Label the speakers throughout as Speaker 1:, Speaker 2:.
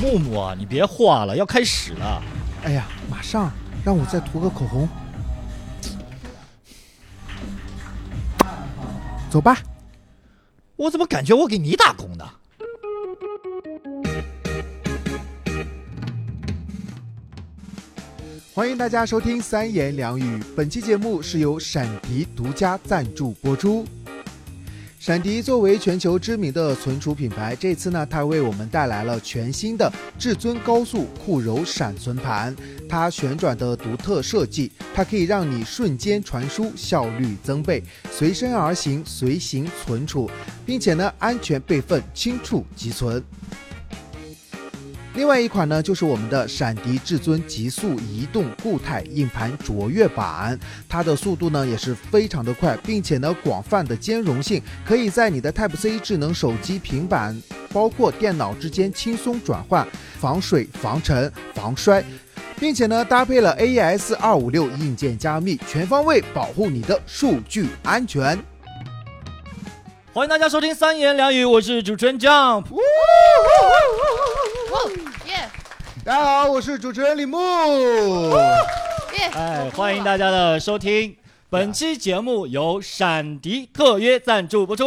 Speaker 1: 木木啊，你别画了，要开始了。
Speaker 2: 哎呀，马上让我再涂个口红。走吧，
Speaker 1: 我怎么感觉我给你打工呢？
Speaker 2: 欢迎大家收听三言两语。本期节目是由闪迪独家赞助播出。闪迪作为全球知名的存储品牌，这次呢，它为我们带来了全新的至尊高速酷柔闪存盘。它旋转的独特设计，它可以让你瞬间传输，效率增倍，随身而行，随行存储，并且呢，安全备份，轻触即存。另外一款呢，就是我们的闪迪至尊极速移动固态硬盘卓越版，它的速度呢也是非常的快，并且呢广泛的兼容性，可以在你的 Type C 智能手机、平板，包括电脑之间轻松转换，防水、防尘、防摔，并且呢搭配了 AES 二五六硬件加密，全方位保护你的数据安全。
Speaker 1: 欢迎大家收听三言两语，我是主持人 Jump。
Speaker 3: 耶
Speaker 2: 大家好，我是主持人李牧。
Speaker 3: 耶！
Speaker 1: 哎，欢迎大家的收听。本期节目由闪迪特约赞助播出。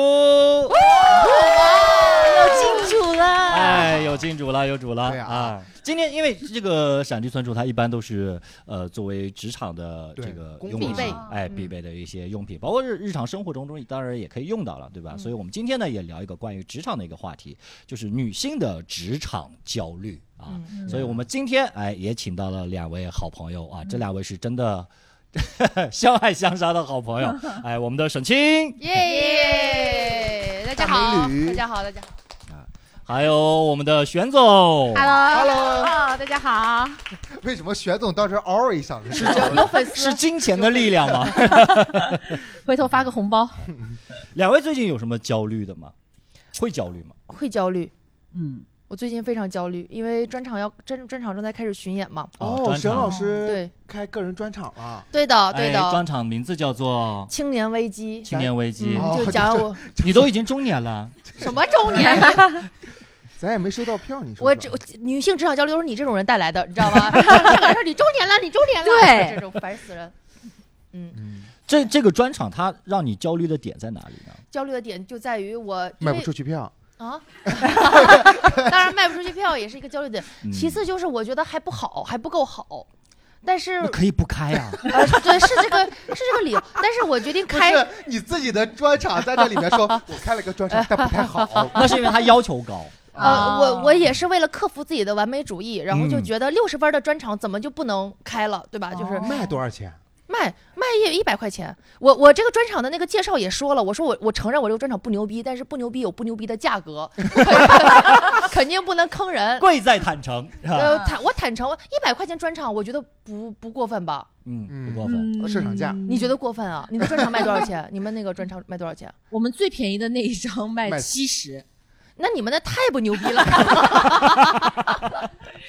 Speaker 3: 有金主了，
Speaker 1: 哎，有金主了，有主了
Speaker 2: 对啊
Speaker 1: 哎今天因为这个闪迪存储，它一般都是呃作为职场的
Speaker 2: 对
Speaker 1: 这个
Speaker 2: 工
Speaker 1: 用
Speaker 3: 具
Speaker 1: 品
Speaker 3: 必备
Speaker 1: 上，哎
Speaker 3: 嗯
Speaker 1: 必备的一些用品，包括日日常生活中中当然也可以用到了，对吧？所以我们今天呢也聊一个关于职场的一个话题，就是女性的职场焦虑啊。
Speaker 2: 嗯
Speaker 1: 所以我们今天哎也请到了两位好朋友啊，这两位是真的 相爱相杀的好 朋友，哎，我们的沈清。
Speaker 3: 耶耶！大家
Speaker 2: 大
Speaker 3: 好，
Speaker 2: 美女
Speaker 3: 大家好，大家好
Speaker 1: 还有我们的玄总，
Speaker 2: Hello
Speaker 3: 哦大家好，
Speaker 2: 为什么玄总到这儿嗷一嗓子？是这样
Speaker 3: 有粉丝
Speaker 1: 是金钱的力量 吗？
Speaker 3: 回头发个红包，
Speaker 1: 两位最近有什么焦虑的吗？会焦虑吗？
Speaker 4: 会焦虑。
Speaker 5: 嗯，
Speaker 4: 我最近非常焦虑，因为专场要专专场正在开始巡演嘛。
Speaker 2: 哦，
Speaker 1: 专
Speaker 2: 沈
Speaker 1: 场
Speaker 2: 老师
Speaker 4: 对，
Speaker 2: 开个人专场了，
Speaker 4: 对的，啊对
Speaker 1: 哎
Speaker 4: 的。
Speaker 1: 专场名字叫做
Speaker 4: 青年危机，
Speaker 1: 《青年危机》
Speaker 2: 哦
Speaker 4: 嗯，就讲我
Speaker 1: 你都已经中年了，
Speaker 3: 什么周年？
Speaker 2: 咱也没收到票，你说
Speaker 4: 我
Speaker 2: 说
Speaker 4: 这我女性职场焦虑都是你这种人带来的，你知 道吗？上赶上你中年了，你中年了，
Speaker 3: 对
Speaker 4: 这种烦死人。嗯，
Speaker 2: 嗯，
Speaker 1: 这这个专场它让你焦虑的点在哪里呢？
Speaker 4: 焦虑的点就在于我因
Speaker 2: 卖
Speaker 4: 为
Speaker 2: 不出去票，
Speaker 4: 啊， 当然卖不出去票也是一个焦虑点。
Speaker 1: 嗯
Speaker 4: 其次就是我觉得还不好，还不够好。但是
Speaker 1: 那，可以不开 啊，
Speaker 4: 呃，对，是这个是这个理由。但是我决定开，
Speaker 2: 你自己的专场在这里面说， 我开了个专场，但不 太好。
Speaker 1: 那是因为它要求 高。
Speaker 4: 呃，我
Speaker 5: 哦
Speaker 3: 啊
Speaker 4: 我也是为了克服自己的完美主义，然后就
Speaker 1: 嗯
Speaker 4: 觉得六十分的专场怎么就不能开了，对吧？就是
Speaker 3: 哦
Speaker 2: 卖多少钱？
Speaker 4: 卖卖也一百块钱。我我这个专场的那个介绍也说了，我说我我承认我这个专场不牛逼，但是不牛逼有不牛逼的价格，肯定不能坑人。
Speaker 1: 贵在坦诚，是吧？
Speaker 4: 呃，坦我坦诚，一百块钱专场，我觉得不不过分吧？
Speaker 1: 嗯，
Speaker 2: 嗯
Speaker 1: 不过分。
Speaker 2: 市场价
Speaker 4: 你觉得过分啊？你们专场卖多少钱？你们那个专场卖多少钱？
Speaker 5: 我们最便宜的那一张
Speaker 2: 卖
Speaker 5: 卖七十，
Speaker 4: 那你们那太不牛逼了！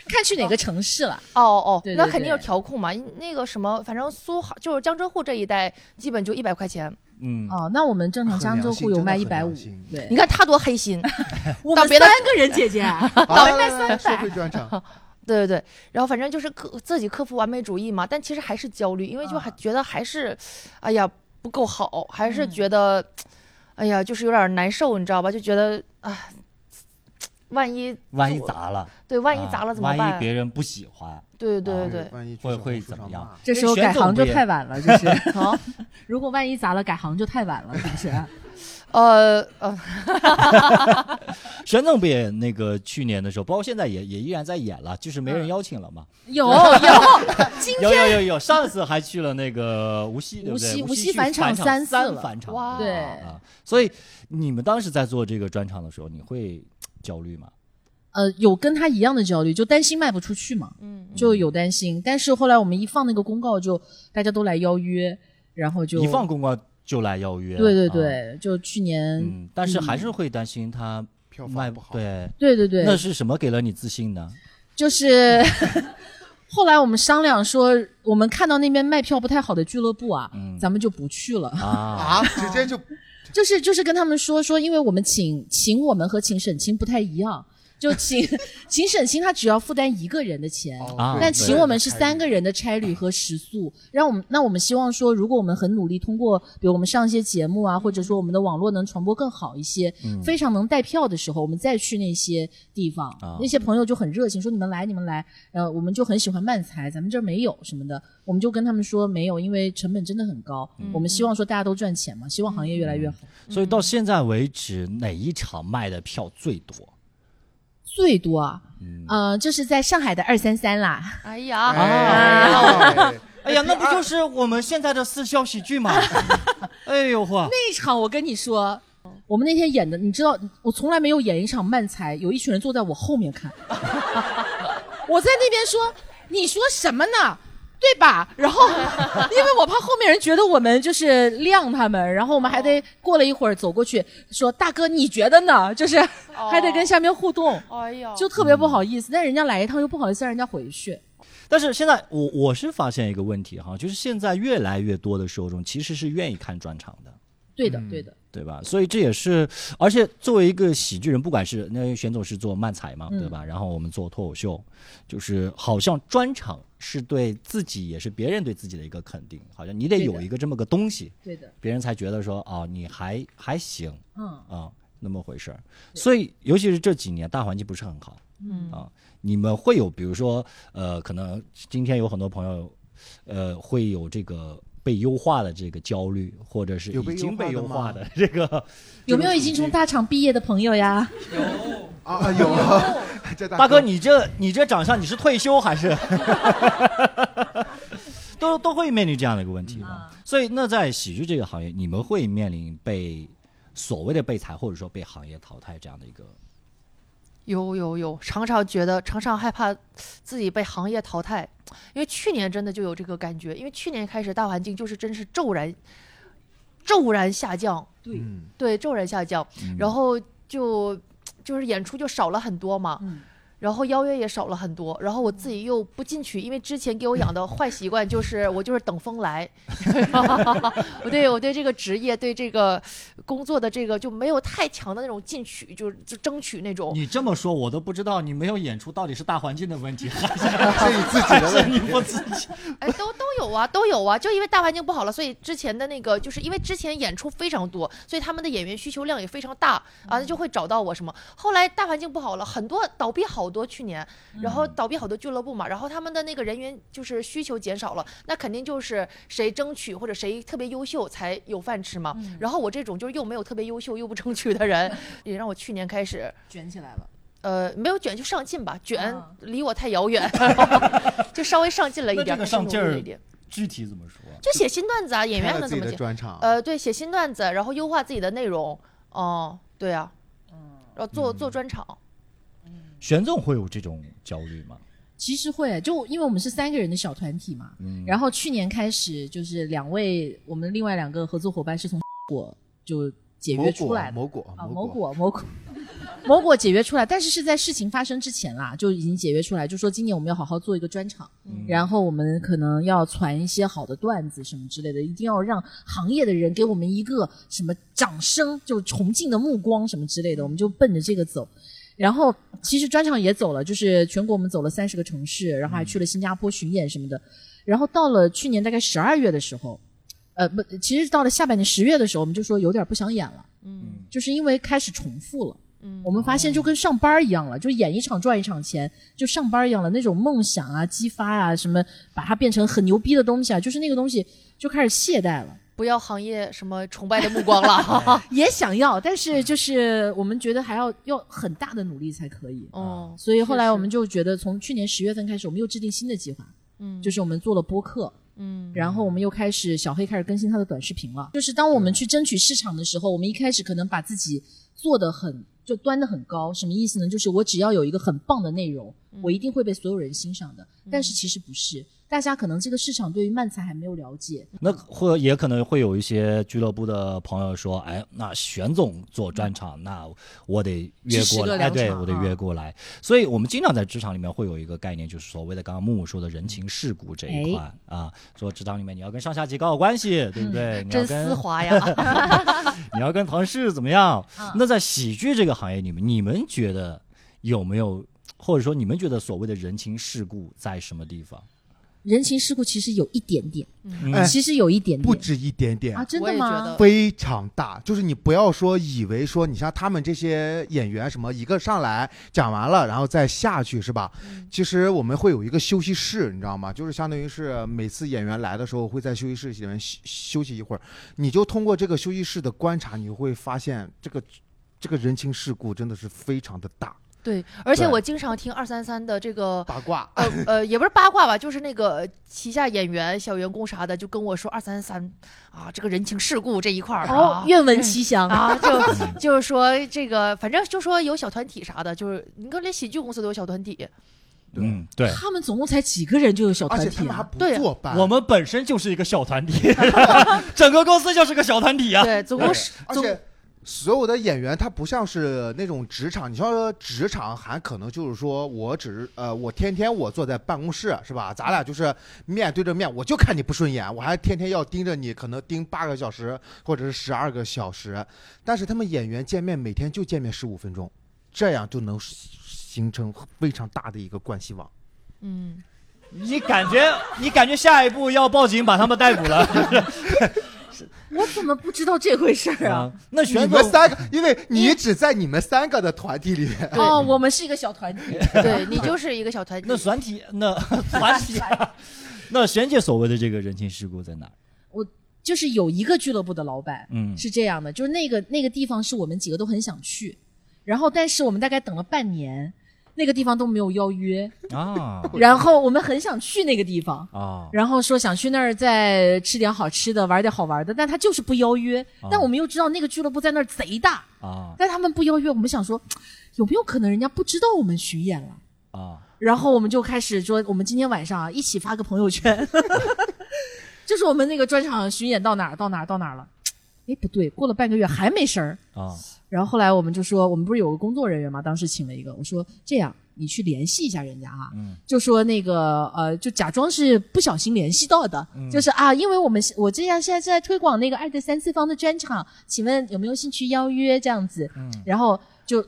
Speaker 5: 看去哪个城市了。
Speaker 2: 嗯
Speaker 4: 哦哦，
Speaker 5: 对对
Speaker 4: 那肯定
Speaker 5: 对
Speaker 4: 要调控嘛。那个什么，反正苏杭就是江浙沪这一带，基本就一百块钱。
Speaker 1: 嗯，
Speaker 5: 哦，那我们正常江浙沪有卖
Speaker 2: 很
Speaker 5: 一百
Speaker 2: 良
Speaker 5: 五
Speaker 2: 心，
Speaker 5: 对
Speaker 4: 你，看他多黑心，
Speaker 5: 我
Speaker 4: 到
Speaker 5: 们
Speaker 4: 别的
Speaker 5: 三个人，姐啊姐，
Speaker 2: 好，来来来，说回专场，
Speaker 4: 对对对，然后反正就是克自己克服完美主义嘛，但其实还是焦虑，因为就还觉得还是，哎呀不够好，还是觉得，哎呀就是有点难受，你知道吧？就觉得哎，万一
Speaker 1: 万一砸了，
Speaker 4: 对 万一
Speaker 1: 啊
Speaker 4: 砸了怎么
Speaker 1: 万
Speaker 4: 办
Speaker 1: 一？别人不喜欢，
Speaker 4: 对对
Speaker 1: 啊
Speaker 4: 对对，
Speaker 2: 万一举
Speaker 1: 会
Speaker 2: 手
Speaker 1: 会
Speaker 2: 出
Speaker 1: 怎么
Speaker 2: 场
Speaker 1: 样
Speaker 2: 骂
Speaker 5: 这时候改行就太晚了，就是哦
Speaker 4: 好，
Speaker 5: 如果万一砸了，改行就太晚了，是 不是？
Speaker 4: 呃呃，
Speaker 1: 玄总不也那个去年的时候，包括现在也也依然在演了，就是没人
Speaker 5: 嗯
Speaker 1: 邀请了嘛。
Speaker 5: 有有，今
Speaker 1: 有有有有，上次还去了那个无锡，对不对？
Speaker 5: 无锡
Speaker 1: 无
Speaker 5: 无锡
Speaker 1: 去
Speaker 5: 返场
Speaker 1: 三
Speaker 5: 三次了
Speaker 1: 返场，
Speaker 4: 哇
Speaker 1: 对吧啊。所以你们当时在做这个专场的时候，你会焦虑吗？
Speaker 5: 呃有跟他一样的焦虑，就担心卖不出去嘛，
Speaker 4: 嗯，
Speaker 5: 就有担心。但是后来我们一放那个公告，就大家都来邀约，然后就
Speaker 1: 一放公告就来邀约，
Speaker 5: 对对
Speaker 1: 啊，
Speaker 5: 对，就去年，
Speaker 1: 嗯，但是还是会担心他
Speaker 2: 票
Speaker 1: 卖
Speaker 2: 房不好，
Speaker 1: 对，
Speaker 5: 对对对，
Speaker 1: 那是什么给了你自信呢？
Speaker 5: 就是 后来我们商量说，我们看到那边卖票不太好的俱乐部啊，
Speaker 1: 嗯
Speaker 5: 咱们就不去了。
Speaker 1: 啊，
Speaker 2: 啊，直接就
Speaker 5: 就是就是跟他们说说，因为我们请请我们和请沈清不太一样。就请 请沈清他只要负担一个人的钱。
Speaker 1: 啊对
Speaker 5: 但请我们是三个人的差旅和食宿，让我们那我们希望说，如果我们很努力，通过比如我们上一些节目啊，或者说我们的网络能传播更好一些，
Speaker 1: 嗯
Speaker 5: 非常能带票的时候，我们再去那些地方，
Speaker 1: 啊
Speaker 5: 那些朋友就很热情，说你们来，你们来，呃，我们就很喜欢慢才，咱们这儿没有什么的，我们就跟他们说没有，因为成本真的很高，
Speaker 1: 嗯
Speaker 5: 我们希望说大家都赚钱嘛，希望行业越来越好。
Speaker 1: 所以
Speaker 5: 嗯
Speaker 1: 到现在为止，哪一场卖的票最多？
Speaker 5: 最多啊，
Speaker 1: 嗯
Speaker 5: 呃，就是在上海的二三三啦，
Speaker 4: 哎
Speaker 2: 啊
Speaker 4: 呀，
Speaker 2: 哎
Speaker 1: 哎呀，那不就是我们现在的四笑喜剧 吗？哎呦嚯！
Speaker 5: 那一场我跟你说。我们那天演的，你知道，我从来没有演一场漫才，有一群人坐在我后面看， 我在那边说，你说什么呢？对吧？然后，因为我怕后面人觉得我们就是晾他们，然后我们还得过了一会儿走过去说：“大哥，你觉得呢？”就是还得跟下面互动，
Speaker 4: 哎呀，
Speaker 5: 就特别不好意思。但人家来一趟又不好意思让人家回去，
Speaker 1: 但是现在我我是发现一个问题哈，就是现在越来越多的受众其实是愿意看专场的。
Speaker 5: 对的，对的。
Speaker 1: 对吧？所以这也是，而且作为一个喜剧人，不管是那玄总是做漫才
Speaker 5: 嗯
Speaker 1: 嘛，对吧？然后我们做脱口秀，就是好像专场是对自己也是别人对自己的一个肯定，好像你得
Speaker 5: 对的
Speaker 1: 有一个这么个东西，
Speaker 5: 对的，
Speaker 1: 别人才觉得说哦，你还还行
Speaker 5: 嗯，
Speaker 1: 啊、那么回事儿。所以尤其是这几年大环境不是很好，
Speaker 4: 嗯
Speaker 1: 啊，你们会有比如说呃，可能今天有很多朋友，呃，会有这个。被优化的这个焦虑，或者是
Speaker 2: 有被
Speaker 1: 已经被
Speaker 2: 优
Speaker 1: 优
Speaker 2: 化
Speaker 1: 化
Speaker 2: 的
Speaker 1: 的这个
Speaker 5: 有没有已经从大厂毕业的朋友呀？
Speaker 2: 啊啊有啊， 这
Speaker 1: 大哥，
Speaker 2: 哥
Speaker 1: 你这你这长相，你是退休还是？ 都都会面临这样的一个问题
Speaker 5: 嗯
Speaker 1: 吧。所以，那在喜剧这个行业，你们会面临被所谓的被裁，或者说被行业淘汰这样的一个
Speaker 4: 有有有，常常觉得常常害怕自己被行业淘汰，因为去年真的就有这个感觉，因为去年开始大环境就是真是骤然骤然下降，
Speaker 2: 嗯
Speaker 4: 对，骤然下降，
Speaker 1: 嗯
Speaker 4: 然后就就是演出就少了很多嘛。
Speaker 5: 嗯
Speaker 4: 然后邀约也少了很多，然后我自己又不进去，因为之前给我养的坏习惯就是我就是等风来， 我对我对这个职业对这个工作的这个就没有太强的那种进取，就是就争取那种。
Speaker 1: 你这么说，我都不知道你没有演出到底是大环境的问题， 还是
Speaker 2: 是你自己的 问题。
Speaker 1: 你我自己。
Speaker 4: 哎，都都有啊，都有啊，就因为大环境不好了，所以之前的那个，就是因为之前演出非常多，所以他们的演员需求量也非常大啊，那
Speaker 1: 嗯
Speaker 4: 就会找到我什么。后来大环境不好了，很多倒闭好多去年，
Speaker 5: 嗯
Speaker 4: 然
Speaker 1: 嗯
Speaker 4: 后倒闭好多俱乐部嘛，然后他们的那个人员就是需求减少了，那肯定就是谁争取或者谁特别优秀才有饭吃
Speaker 1: 嗯
Speaker 4: 嘛。
Speaker 5: 嗯
Speaker 4: 然后我这种就是又没有特别优秀又不争取 的人，也让我去年开始
Speaker 5: 卷起来了。
Speaker 4: 呃，没有卷就上进吧，卷
Speaker 5: 啊
Speaker 4: 离我太遥远， 就稍微上进了一
Speaker 1: 那
Speaker 4: 点，
Speaker 1: 这个
Speaker 4: 还是
Speaker 1: 上
Speaker 4: 努
Speaker 1: 劲
Speaker 4: 力了
Speaker 1: 儿
Speaker 4: 一点，
Speaker 1: 具体怎么说？
Speaker 4: 就写新段子啊，演员
Speaker 2: 开
Speaker 4: 还
Speaker 2: 了
Speaker 4: 能
Speaker 2: 自
Speaker 4: 怎
Speaker 2: 己的
Speaker 4: 么写？
Speaker 2: 专场，
Speaker 4: 呃，对，写新段子，然后优化自己的内容，哦、对啊，然后做
Speaker 2: 嗯
Speaker 4: 做专场，
Speaker 1: 玄总会有这种焦虑吗？
Speaker 5: 其实会，就因为我们是三个人的小团体嘛，
Speaker 1: 嗯
Speaker 5: 然后去年开始就是两位我们另外两个合作伙伴是从果就解
Speaker 2: 蘑
Speaker 5: 约出
Speaker 2: 果
Speaker 5: 来的
Speaker 2: 蘑果
Speaker 5: 啊，
Speaker 2: 蘑
Speaker 5: 某果某果 某果解约出来，但是是在事情发生之前啦，就已经解约出来，就说今年我们要好好做一个专场，然后我们可能要传一些好的段子什么之类的，一定要让行业的人给我们一个什么掌声，就崇敬的目光什么之类的，我们就奔着这个走。然后其实专场也走了，就是全国我们走了三十个城市，然后还去了新加坡巡演什么的。然后到了去年大概十二月的时候，呃，不，其实到了下半年十月的时候，我们就说有点不想演了，
Speaker 4: 嗯
Speaker 5: 就是因为开始重复了。
Speaker 4: 嗯
Speaker 5: 我们发现就跟上班一样了，就演一场赚一场钱，就上班一样了。那种梦想啊、激发啊，什么把它变成很牛逼的东西啊，就是那个东西就开始懈怠了。
Speaker 4: 不要行业什么崇拜的目光
Speaker 2: 哎 嗯
Speaker 4: 了，
Speaker 5: 也想要，但是就是我们觉得还要要很大的努力才可以。
Speaker 4: 哦，
Speaker 5: 所以后
Speaker 4: 是
Speaker 5: 来
Speaker 4: 是
Speaker 5: 我们就觉得，从去年十月份开始，我们又制定新的计划，
Speaker 4: 嗯
Speaker 5: 就是我们做了播客，
Speaker 4: 嗯
Speaker 5: 然后我们又开始小黑开始更新他的短视频了。就是当我们去争取市场的时候，我们一开始可能把自己做的很就端的很高，什么意思呢？就是我只要有一个很棒的内容，
Speaker 4: 嗯
Speaker 5: 我一定会被所有人欣赏的。但是其实不是，大家可能这个市场对于漫才还没有了解，
Speaker 1: 那或也可能会有一些俱乐部的朋友说，哎，那玄总做专场，那我得约
Speaker 5: 支持
Speaker 1: 过
Speaker 5: 个
Speaker 1: 来，哎，
Speaker 5: 两
Speaker 1: 对
Speaker 5: 场啊
Speaker 1: 我得约过来。所以我们经常在职场里面会有一个概念，就是所谓的刚刚木木说的人情世故这
Speaker 5: 哎
Speaker 1: 一块、啊，说职场里面你要跟上下级搞好关系，对不对？
Speaker 5: 嗯
Speaker 1: 你要
Speaker 4: 真丝
Speaker 1: 跟
Speaker 4: 滑呀，
Speaker 1: 你要跟同事怎么样？那在喜剧这个行业里面，你们觉得有没有，或者说你们觉得所谓的人情世故在什么地方？
Speaker 5: 人情世故其实有一点点，
Speaker 1: 嗯
Speaker 2: 哎
Speaker 5: 其实有一点
Speaker 2: 不
Speaker 5: 点
Speaker 2: 止一点点
Speaker 5: 啊，。真
Speaker 4: 我
Speaker 5: 的
Speaker 4: 也觉
Speaker 5: 吗？
Speaker 4: 得
Speaker 2: 非常大，就是你不要说以为说你像他们这些演员什么一个上来讲完了，然后再下去是吧？其实我们会有一个休息室，你知道吗？就是相当于是每次演员来的时候会在休息室里面休休息一会儿，你就通过这个休息室的观察，你会发现这个这个人情世故真的是非常的大
Speaker 4: 对，而且
Speaker 2: 对
Speaker 4: 我经常听二三三的这个
Speaker 2: 八卦。
Speaker 4: 呃呃，也不是八卦吧，就是那个旗下演员、小员工啥的，就跟我说二三三啊，这个人情世故这一块儿
Speaker 5: 哦
Speaker 4: 啊，。
Speaker 5: 愿闻其详
Speaker 4: 啊，就就是说这个，反正就说有小团体啥的，就是你看连喜剧公司都有小团体，
Speaker 2: 对啊
Speaker 1: 嗯，对，
Speaker 5: 他们总共才几个人就有小
Speaker 2: 而
Speaker 5: 团
Speaker 2: 且他
Speaker 5: 体
Speaker 2: 们还
Speaker 5: 啊？
Speaker 2: 不
Speaker 4: 对
Speaker 2: 作伴，
Speaker 1: 我们本身就是一个小团体， 整个公司就是个小团体啊。
Speaker 4: 对，总 共是
Speaker 2: 而
Speaker 4: 总
Speaker 2: 且所有的演员他不像是那种职场，你说职场还可能就是说我只是呃我天天我坐在办公室是吧？咱俩就是面对着面，我就看你不顺眼，我还天天要盯着你，可能盯八个小时或者是十二个小时。但是他们演员见面每天就见面十五分钟，这样就能形成非常大的一个关系网。
Speaker 4: 嗯，
Speaker 1: 你感觉，你感觉下一步要报警把他们逮捕了？
Speaker 5: 我怎么不知道这回事儿 啊？
Speaker 1: 嗯那
Speaker 2: 你
Speaker 1: 玄
Speaker 2: 们
Speaker 1: 总，
Speaker 2: 三个，因为你只在你们三个的团体里面。
Speaker 4: 对
Speaker 5: 哦，我们是一个小团 体，
Speaker 4: 对你就是一个小团体
Speaker 1: 那，团体，那团体啊，那玄姐所谓的这个人情世故在哪儿？
Speaker 5: 就是有一个俱乐部的老板，
Speaker 1: 嗯
Speaker 5: 是这样的，就是那个那个地方是我们几个都很想去，然后但是我们大概等了半年，那个地方都没有邀 约，
Speaker 1: 啊
Speaker 5: 然后我们很想去那个地方。
Speaker 1: 啊，
Speaker 5: 然后说想去那儿再吃点好吃的，玩点好玩的，但他就是不邀约。
Speaker 1: 哦
Speaker 5: 但我们又知道那个俱乐部在那儿贼大，
Speaker 1: 啊
Speaker 5: 但他们不邀约，我们想说，有没有可能人家不知道我们巡演了？
Speaker 1: 啊！
Speaker 5: 然后我们就开始说，我们今天晚上啊一起发个朋友圈， 就是我们那个专场巡演到哪儿到哪儿到哪儿了。哎，不对，过了半个月还没声儿。
Speaker 1: 啊，
Speaker 5: 然后后来我们就说，我们不是有个工作人员嘛，当时请了一个，我说这样，你去联系一下人家啊，
Speaker 1: 嗯
Speaker 5: 就说那个呃，就假装是不小心联系到的，就是啊，因为我们我这样现在正在推广那个二的三次方的专场，请问有没有兴趣邀约这样子？
Speaker 1: 嗯
Speaker 5: 然后就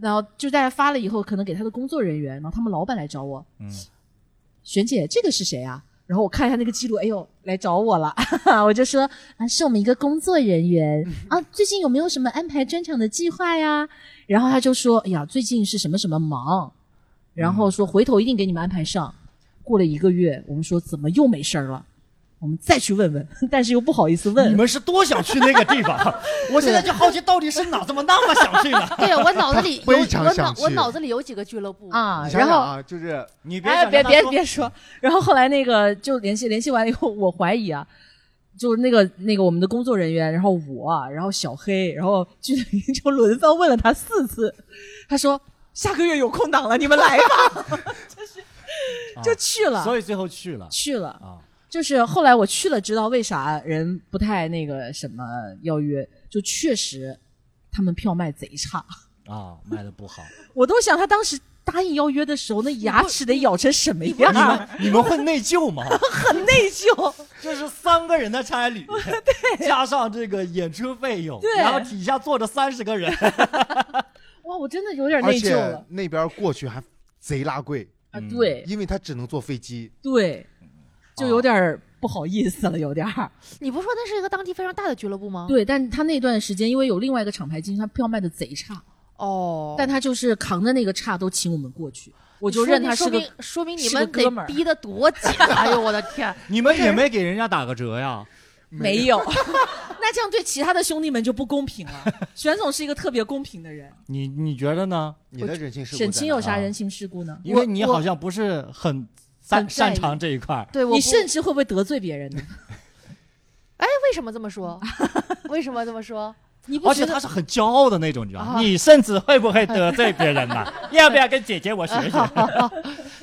Speaker 5: 然后就大家发了以后，可能给他的工作人员，然后他们老板来找我，
Speaker 1: 嗯，
Speaker 5: 璇姐，这个是谁啊？然后我看一下那个记录，哎呦，来找我了， 我就说啊，是我们一个工作 人员啊，最近有没有什么安排专场的计划呀？然后他就说，哎呀，最近是什么什么忙，然
Speaker 2: 嗯
Speaker 5: 后说回头一定给你们安排上。过了一个月，我们说怎么又没事儿了？我们再去问问， 但是又不好意思问
Speaker 1: 你。们是多想去那个地 方？我现在就好奇，到底是哪怎么那么想去呢？
Speaker 4: 对我脑子里有
Speaker 2: 非常
Speaker 4: 我
Speaker 2: 想
Speaker 4: 脑我
Speaker 2: 去
Speaker 4: 脑子里有几个俱乐部，
Speaker 5: 啊
Speaker 2: 你，想
Speaker 5: 然
Speaker 2: 想
Speaker 5: 后
Speaker 2: 啊，就是
Speaker 1: 你别
Speaker 5: 哎，
Speaker 1: 想
Speaker 5: 别
Speaker 1: 让他
Speaker 5: 别
Speaker 1: 说
Speaker 5: 别说。然后后来那个就联系联系完了以后，我怀疑啊，就是那个那个我们的工作人员，然后我，然后小黑，然后剧组 就轮番问了他四次，他说下个月有空档了，你们来吧，
Speaker 1: 啊
Speaker 5: 就去了，
Speaker 1: 所以最后去了
Speaker 5: 去了。
Speaker 1: 啊
Speaker 5: 就是后来我去了，知道为啥人不太那个什么邀约，就确实他们票卖贼差，
Speaker 1: 啊，卖的不好。
Speaker 5: 我都想他当时。答应邀约的时候，那牙齿得咬成什么样
Speaker 1: 你
Speaker 5: 儿？
Speaker 1: 们你们会内疚 吗？
Speaker 5: 很内疚。
Speaker 1: 就是三个人的差旅，加上这个演出费用，
Speaker 5: 对
Speaker 1: 然后底下坐着三十个人，
Speaker 5: 哇，我真的有点
Speaker 2: 而
Speaker 5: 内疚
Speaker 2: 且
Speaker 5: 了
Speaker 2: 那边过去还贼拉贵，
Speaker 5: 啊！
Speaker 1: 嗯啊
Speaker 5: 对
Speaker 2: 因为他只能坐飞机。
Speaker 5: 对，就有点儿不好意思了，有点儿。
Speaker 4: 你不是说那是一个当地非常大的俱乐部吗？
Speaker 5: 对，但他那段时间因为有另外一个厂牌进，他票卖的贼差，
Speaker 4: 哦，
Speaker 5: 但他就是扛着那个差都请我们过去，我
Speaker 4: 我
Speaker 5: 就认他是
Speaker 4: 说
Speaker 5: 个
Speaker 4: 明说明你
Speaker 5: 是个
Speaker 4: 们
Speaker 5: 哥们
Speaker 4: 得
Speaker 5: 儿
Speaker 4: 逼得多紧， 哎呦我的天，
Speaker 1: 你们也没给人家打个折呀？
Speaker 5: 没有。 那这样对其他的兄弟们就不公平了。 玄总是一个特别公平的人，
Speaker 1: 你你觉得呢？
Speaker 2: 你的人情世故在哪
Speaker 5: 沈
Speaker 2: 儿，
Speaker 5: 清有啥人情世故呢？
Speaker 1: 啊因为你好像不是很擅
Speaker 4: 很在
Speaker 1: 擅
Speaker 4: 意
Speaker 1: 长这一块儿，
Speaker 4: 对我
Speaker 5: 你
Speaker 4: 不
Speaker 5: 甚至会不会得罪别人呢？
Speaker 4: 哎为什么这 么说？为什么这么说？
Speaker 5: 你不
Speaker 1: 而
Speaker 5: 觉
Speaker 1: 且
Speaker 5: 得
Speaker 1: 他是很骄傲的那种，你知道吗？
Speaker 4: 啊
Speaker 1: 你甚至会不会得罪别人 呢？要不要跟姐姐我学学？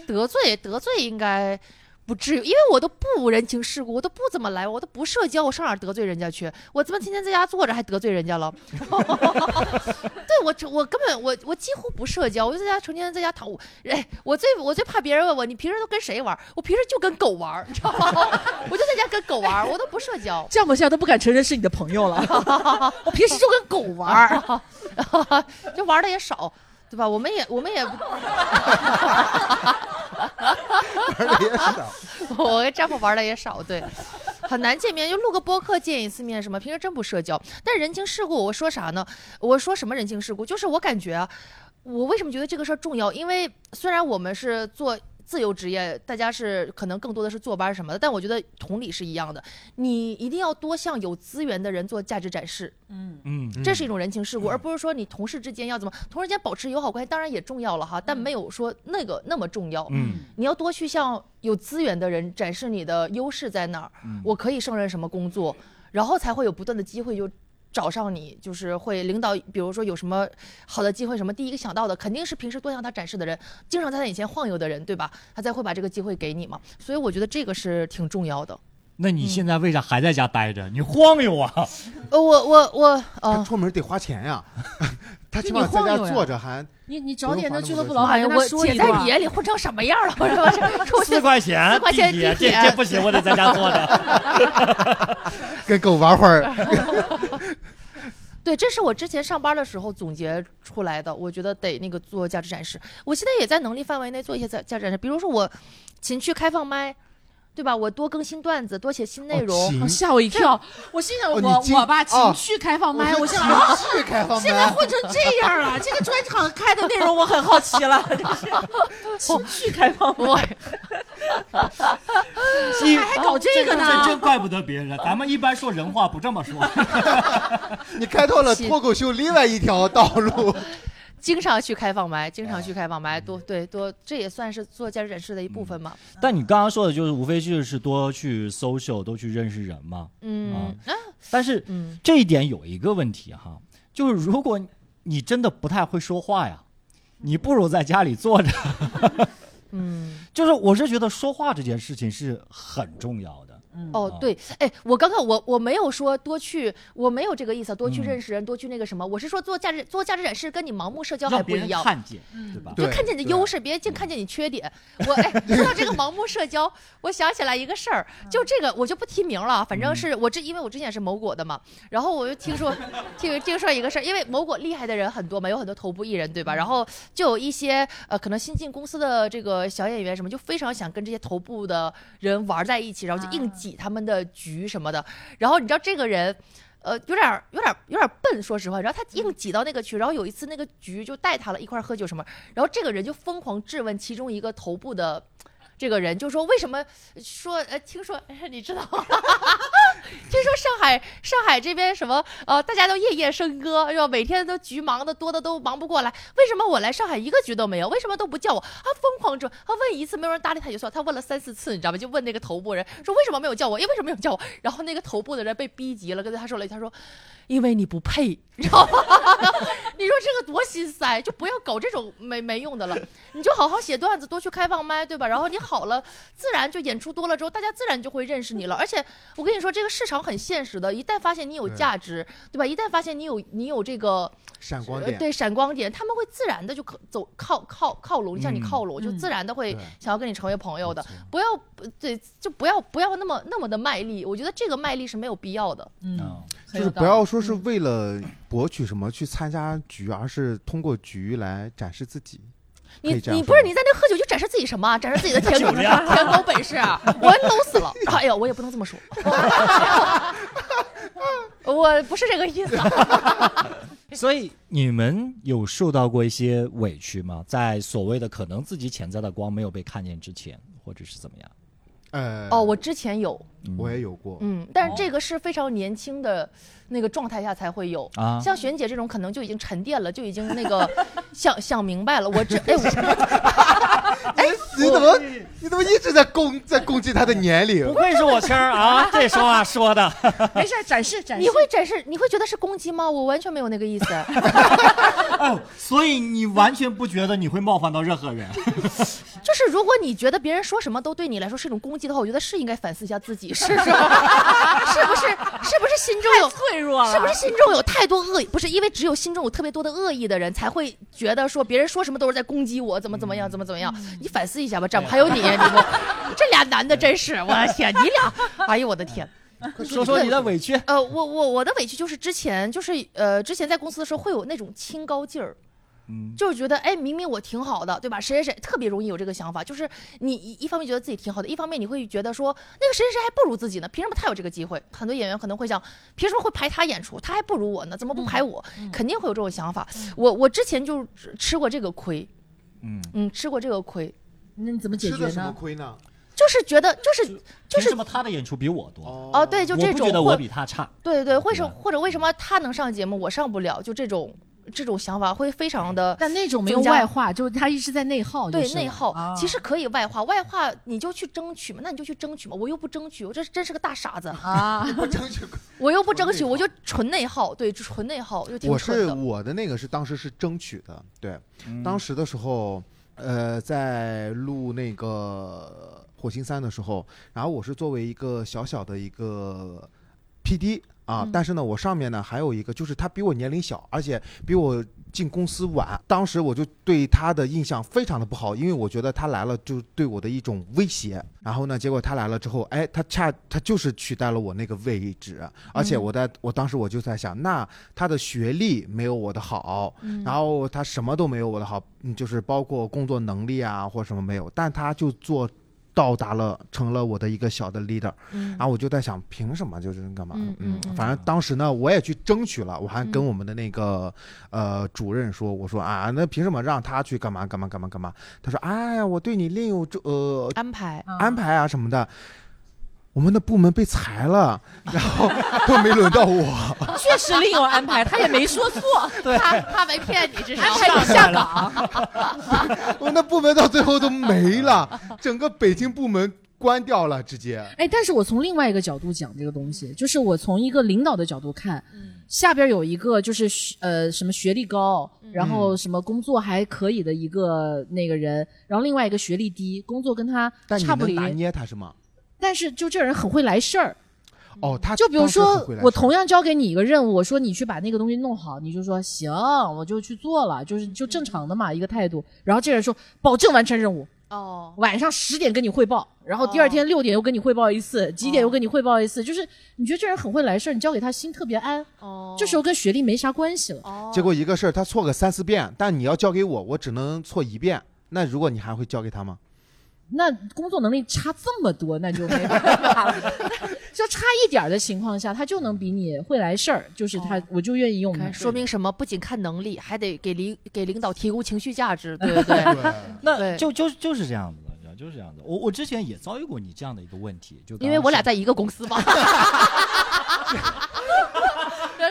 Speaker 4: 得罪得罪应该不至于，因为我都不人情世故，我都不怎么来往，我都不社交，我上哪儿得罪人家去？我他妈天天在家坐着还得罪人家了？ 对我这我根本我我几乎不社交，我就在家成天在家躺。我哎，我最我最怕别人问我你平时都跟谁玩儿？我平时就跟狗玩儿，你 知道吗？我就在家跟狗玩儿，我都不社 交。
Speaker 5: 这样我现在都不敢承认是你的 朋友了？我平时就跟狗玩儿。
Speaker 4: 玩儿，就玩的也少。对吧？我们也我们也，
Speaker 2: 玩的啊 也
Speaker 5: 啊
Speaker 2: 少。
Speaker 4: 我跟丈夫玩的也少，对，很难见面，就录个播客见一次面什么，平时真不社交。但人情世故，我说啥呢？我说什么人情世故？就是我感觉啊，我为什么觉得这个事儿重要？因为虽然我们是做。自由职业，大家是可能更多的是坐班什么的，但我觉得同理是一样的。你一定要多向有资源的人做价值展示，
Speaker 5: 嗯，
Speaker 1: 嗯，
Speaker 4: 这是一种人情世故，而不是说你同事之间要怎么，同事间保持友好关系当然也重要了哈，但没有说那个那么重要。
Speaker 1: 嗯
Speaker 4: 你要多去向有资源的人展示你的优势在哪儿，
Speaker 1: 嗯
Speaker 4: 我可以胜任什么工作，然后才会有不断的机会就找上你，就是会领导，比如说有什么好的机会什么，第一个想到的肯定是平时多向他展示的人，经常在他眼前晃悠的人，对吧？他才会把这个机会给你嘛。所以我觉得这个是挺重要的。
Speaker 1: 那你
Speaker 4: 嗯
Speaker 1: 现在为啥还在家待着？你晃悠啊！
Speaker 4: 呃，我我我，
Speaker 2: 他
Speaker 4: 呃，
Speaker 2: 出门得花钱 呀，他起
Speaker 5: 你
Speaker 2: 码在家
Speaker 5: 晃悠呀
Speaker 2: 坐着还
Speaker 5: 你你找点那俱乐部老
Speaker 4: 妈
Speaker 5: 板
Speaker 4: 呀，
Speaker 5: 跟他
Speaker 4: 我
Speaker 5: 说
Speaker 4: 姐
Speaker 5: 一
Speaker 4: 在
Speaker 5: 段
Speaker 4: 你。眼里混成什么样了？我 说 这出去
Speaker 1: 四块钱，
Speaker 4: 四块钱
Speaker 1: 地铁，
Speaker 4: 地铁
Speaker 1: 这这不行，我得在家坐 着。
Speaker 2: 跟狗玩会儿。哦
Speaker 4: 对，这是我之前上班的时候总结出来的，我觉得得那个做价值展示。我现在也在能力范围内做一些价价值展示，比如说我勤去开放麦，对吧？我多更新段子，多写新内容。
Speaker 5: 哦吓我一跳！我心想
Speaker 2: 哦
Speaker 5: 我
Speaker 2: 你进
Speaker 5: 我吧，情
Speaker 2: 哦
Speaker 5: 绪开放麦，我心想啊
Speaker 2: 想是开放
Speaker 5: 现在
Speaker 2: 麦，
Speaker 5: 混成这样 了，这个专场开的内容我很好奇了，真是情绪开放
Speaker 4: 我
Speaker 5: 麦，还搞这个
Speaker 1: 这
Speaker 5: 呢？
Speaker 1: 真怪不得别人，咱们一般说人话不这么 说。
Speaker 2: 你开拓了脱口秀另外一条道 路。
Speaker 4: 经常去开放麦，经
Speaker 1: 哦
Speaker 4: 常去开放麦，多
Speaker 1: 嗯
Speaker 4: 对多，这也算是做价值展示的一部分嘛。
Speaker 1: 但你刚刚说的就是，无非就是多去 social，多去认识人嘛。哦
Speaker 4: 嗯啊
Speaker 1: 但是
Speaker 4: 嗯，
Speaker 1: 这一点有一个问题哈，就是如果你真的不太会说话呀，你不如在家里坐着。
Speaker 4: 嗯
Speaker 1: 就是我是觉得说话这件事情是很重要的。
Speaker 4: 哦
Speaker 1: 啊
Speaker 4: 对，哎，我刚刚我我没有说多去，我没有这个意思，多去
Speaker 1: 嗯
Speaker 4: 认识人，多去那个什么，我是说做价值做价值展示跟你盲目社交还
Speaker 1: 让
Speaker 4: 不
Speaker 1: 别
Speaker 4: 一
Speaker 1: 人
Speaker 4: 样。嗯
Speaker 1: 看见，对吧？
Speaker 4: 就
Speaker 2: 对
Speaker 4: 看见你的
Speaker 2: 对
Speaker 4: 优势，别净看见你缺点。我 哎，说到这个盲目社交，我想起来一个事儿，就这个我就不提名了啊，反正
Speaker 2: 嗯
Speaker 4: 是我之因为我之前也是某果的嘛，然后我就听说 听听说一个事儿，因为某果厉害的人很多嘛，有很多头部艺人
Speaker 2: 嗯
Speaker 4: 对吧？然后就有一些呃可能新进公司的这个小演员什么，就非常想跟这些头部的人玩在一起，然后
Speaker 2: 啊
Speaker 4: 就硬挤他们的局什么的。然后你知道这个人。呃，有点儿有点儿有点儿笨，说实话。然后他
Speaker 2: 嗯
Speaker 4: 硬挤到那个去，然后有一次那个局就带他了一块儿喝酒什么，然后这个人就疯狂质问其中一个头部的这个人，就说为什么说呃，听说、哎、你知道吗？ 听说上海上海这边什么呃，大家都夜夜笙歌，是吧？每天都局忙的多的都忙不过来，为什么我来上海一个局都没有？为什么都不叫我？他疯狂质问，他问一次没有人搭理他也就算，他问了三四次，你知道吗？就问那个头部人说为什么没有叫我？因为什么没有叫我？然后那个头部的人被逼急了，跟他说了一句，他说因为你不配，你知道吗？你说这个多心塞，就不要搞这种没没 用的了，你就好好写段子，多去开放麦，对吧？然后你好了，自然就演出多了之后，大家自然就会认识你了。而且我跟你说，这个市场很现实的，一旦发现你有
Speaker 2: 对
Speaker 4: 价值，对吧？一旦发现你有你有这个
Speaker 2: 闪光
Speaker 4: 呃
Speaker 2: 点，
Speaker 4: 对闪光点，他们会自然的就可走靠靠靠拢，向你
Speaker 1: 嗯
Speaker 4: 靠拢，就
Speaker 5: 嗯
Speaker 4: 自然的会
Speaker 2: 对
Speaker 4: 想要跟你成为朋友的
Speaker 1: 没错。
Speaker 4: 不要对，就不要不要那么那么的卖力，我觉得这个卖力是没有必要的。
Speaker 1: 嗯，
Speaker 2: 哦就是不要说
Speaker 5: 嗯
Speaker 2: 是为了博取什么去参加局，而是通过局来展示自己。
Speaker 4: 你
Speaker 2: 可以这样
Speaker 4: 你
Speaker 2: 说
Speaker 4: 不是你在那喝酒就展示自己什么啊？展示自己的舔狗舔狗本事啊！我 low 死了！哎呀，我也不能这么说， 我不是这个意思啊。
Speaker 1: 所以你们有受到过一些委屈吗？在所谓的可能自己潜在的光没有被看见之前，或者是怎么样？
Speaker 2: 呃，
Speaker 4: 哦，我之前有，
Speaker 2: 我也有过，
Speaker 4: 嗯，但是这个是非常年轻的那个状态下才会有
Speaker 1: 啊
Speaker 4: 像璇姐这种可能就已经沉淀了，就已经那个想 想明白了。我这哎，我
Speaker 2: 哎你怎么你怎么一直在攻在攻击他的年龄
Speaker 1: 不？愧是我谦儿 啊，这说话说的。
Speaker 5: 没事，展示展示。
Speaker 4: 你会展示，你会觉得是攻击吗？我完全没有那个意思。啊
Speaker 1: 哦，所以你完全不觉得你会冒犯到任何人？
Speaker 4: 就是如果你觉得别人说什么都对你来说是一种攻击的话，我觉得是应该反思一下自己，是不是？是不是？是不是心中有
Speaker 5: 脆弱了，
Speaker 4: 是不是心中有太多恶意？不是，因为只有心中有特别多的恶意的人，才会觉得说别人说什么都是在攻击我，怎么怎么样，怎么怎么样。你反思一下吧，丈夫，还有你，你们这俩男的真是，我的天，你俩，哎呦我的天。
Speaker 1: 说说你的委屈。
Speaker 4: 呃，我我我的委屈就是之前就是呃，之前在公司的时候会有那种清高劲儿，
Speaker 1: 嗯
Speaker 4: 就是觉得哎，明明我挺好的，对吧？谁谁谁特别容易有这个想法，就是你一一方面觉得自己挺好的，一方面你会觉得说那个谁谁谁还不如自己呢，凭什么他有这个机会？很多演员可能会想，凭什么会排他演出？他还不如我呢，怎么不排我？肯定会有这种想法。我我之前就吃过这个亏，
Speaker 1: 嗯，
Speaker 4: 嗯，吃过这个亏，
Speaker 5: 那你怎么解
Speaker 2: 吃
Speaker 5: 决
Speaker 2: 的什么
Speaker 5: 呢？
Speaker 2: 亏呢？
Speaker 4: 就是觉得就是就
Speaker 1: 凭
Speaker 4: 是
Speaker 1: 什么他的演出比我多？
Speaker 2: 哦
Speaker 4: 哦，对，就这
Speaker 1: 我不
Speaker 4: 种
Speaker 1: 觉得
Speaker 4: 会
Speaker 1: 我比他差。
Speaker 4: 对对对，为
Speaker 1: 对
Speaker 4: 什
Speaker 1: 吧
Speaker 4: 或者为什么他能上节目，我上不了？就这种这种想法会非常的
Speaker 5: 但那种没有
Speaker 4: 增加
Speaker 5: 外化，就是他一直在内耗就是
Speaker 4: 对
Speaker 5: 了，
Speaker 4: 内耗。
Speaker 5: 啊
Speaker 4: 其实可以外化，外化你就去争取嘛，那你就去争取嘛。我又不争取，我这真是个大傻子，
Speaker 5: 啊，
Speaker 2: 不争取。
Speaker 4: 我又不争取，
Speaker 2: 纯内
Speaker 4: 我
Speaker 2: 耗
Speaker 4: 就纯内耗，对，就纯内耗，就挺
Speaker 2: 我
Speaker 4: 蠢
Speaker 2: 是
Speaker 4: 的。
Speaker 2: 我的那嗯个是当时是争取的，对，当时的时候，呃，在录那个《火星三》的时候，然后我是作为一个小小的一个 PD 啊，但是呢，我上面呢还有一个，就是他比我年龄小，而且比我进公司晚。当时我就对他的印象非常的不好，因为我觉得他来了就对我的一种威胁。然后呢，结果他来了之后，哎，他恰他就是取代了我那个位置，而
Speaker 4: 嗯
Speaker 2: 且我在、我当时我就在想，那他的学历没有我的好，
Speaker 4: 嗯
Speaker 2: 然后他什么都没有我的好，嗯，就是包括工作能力啊或什么没有，但他就做到达了，成了我的一个小的 leader。
Speaker 4: 嗯
Speaker 2: 然后我就在想，凭什么就是干嘛？
Speaker 4: 嗯嗯嗯
Speaker 2: 反正当时呢，我也去争取了，我还跟我们的那个、呃主任说，我说啊，那凭什么让他去干嘛干嘛干嘛干嘛？他说，哎呀，我对你另有这呃
Speaker 4: 安排，
Speaker 2: 安排啊什么的。我们的部门被裁了，然后都没轮到我。
Speaker 5: 确实另有安排，他也没说错，
Speaker 6: 他他没骗你，这是
Speaker 5: 安排你下 岗，
Speaker 2: 我们的部门到最后都没了，整个北京部门关掉了，直接。
Speaker 5: 哎，但是我从另外一个角度讲这个东西，就是我从一个领导的角度看，
Speaker 4: 嗯
Speaker 5: 下边有一个就是学呃什么学历高，然后什么工作还可以的一个那个人，然后另外一个学历低，工作跟他
Speaker 2: 但你
Speaker 5: 差不
Speaker 2: 能
Speaker 5: 离，
Speaker 2: 拿
Speaker 5: 但
Speaker 2: 捏他是吗？
Speaker 5: 是就这人很会来事儿。
Speaker 2: 哦，他
Speaker 5: 就比如
Speaker 2: 当时
Speaker 5: 说
Speaker 2: 很会来
Speaker 5: 我
Speaker 2: 事儿
Speaker 5: 同样交给你一个任务，我说你去把那个东西弄好，你就说行，我就去做了，就是就正常的
Speaker 2: 嗯
Speaker 5: 嘛一个态度。然后这人说保证完成任务，
Speaker 4: 哦，
Speaker 5: 晚上十点跟你汇报，然后第二天六点又跟你汇报一次，几点又跟你汇报一次，就是你觉得这人很会来事儿，你交给他心特别安，
Speaker 4: 哦，
Speaker 5: 这时候跟学历没啥关系了。
Speaker 4: 哦，
Speaker 2: 结果一个事儿他错个三四遍，但你要交给我，我只能错一遍。那如果你还会交给他吗？
Speaker 5: 那工作能力差这么多，那就没办法 了。就差一点儿的情况下，他就能比你会来事儿，就是他，
Speaker 4: 哦
Speaker 5: 我就愿意用他
Speaker 4: 看。说明什么？不仅看能力，还得给领给领导提供情绪价值，对 不对？
Speaker 1: 那
Speaker 4: 对
Speaker 1: 就就就是这样子的，你知道，就是这样子。我我之前也遭遇过你这样的一个问题，就刚刚
Speaker 4: 因为我俩
Speaker 1: 说
Speaker 4: 在一个公司 嘛。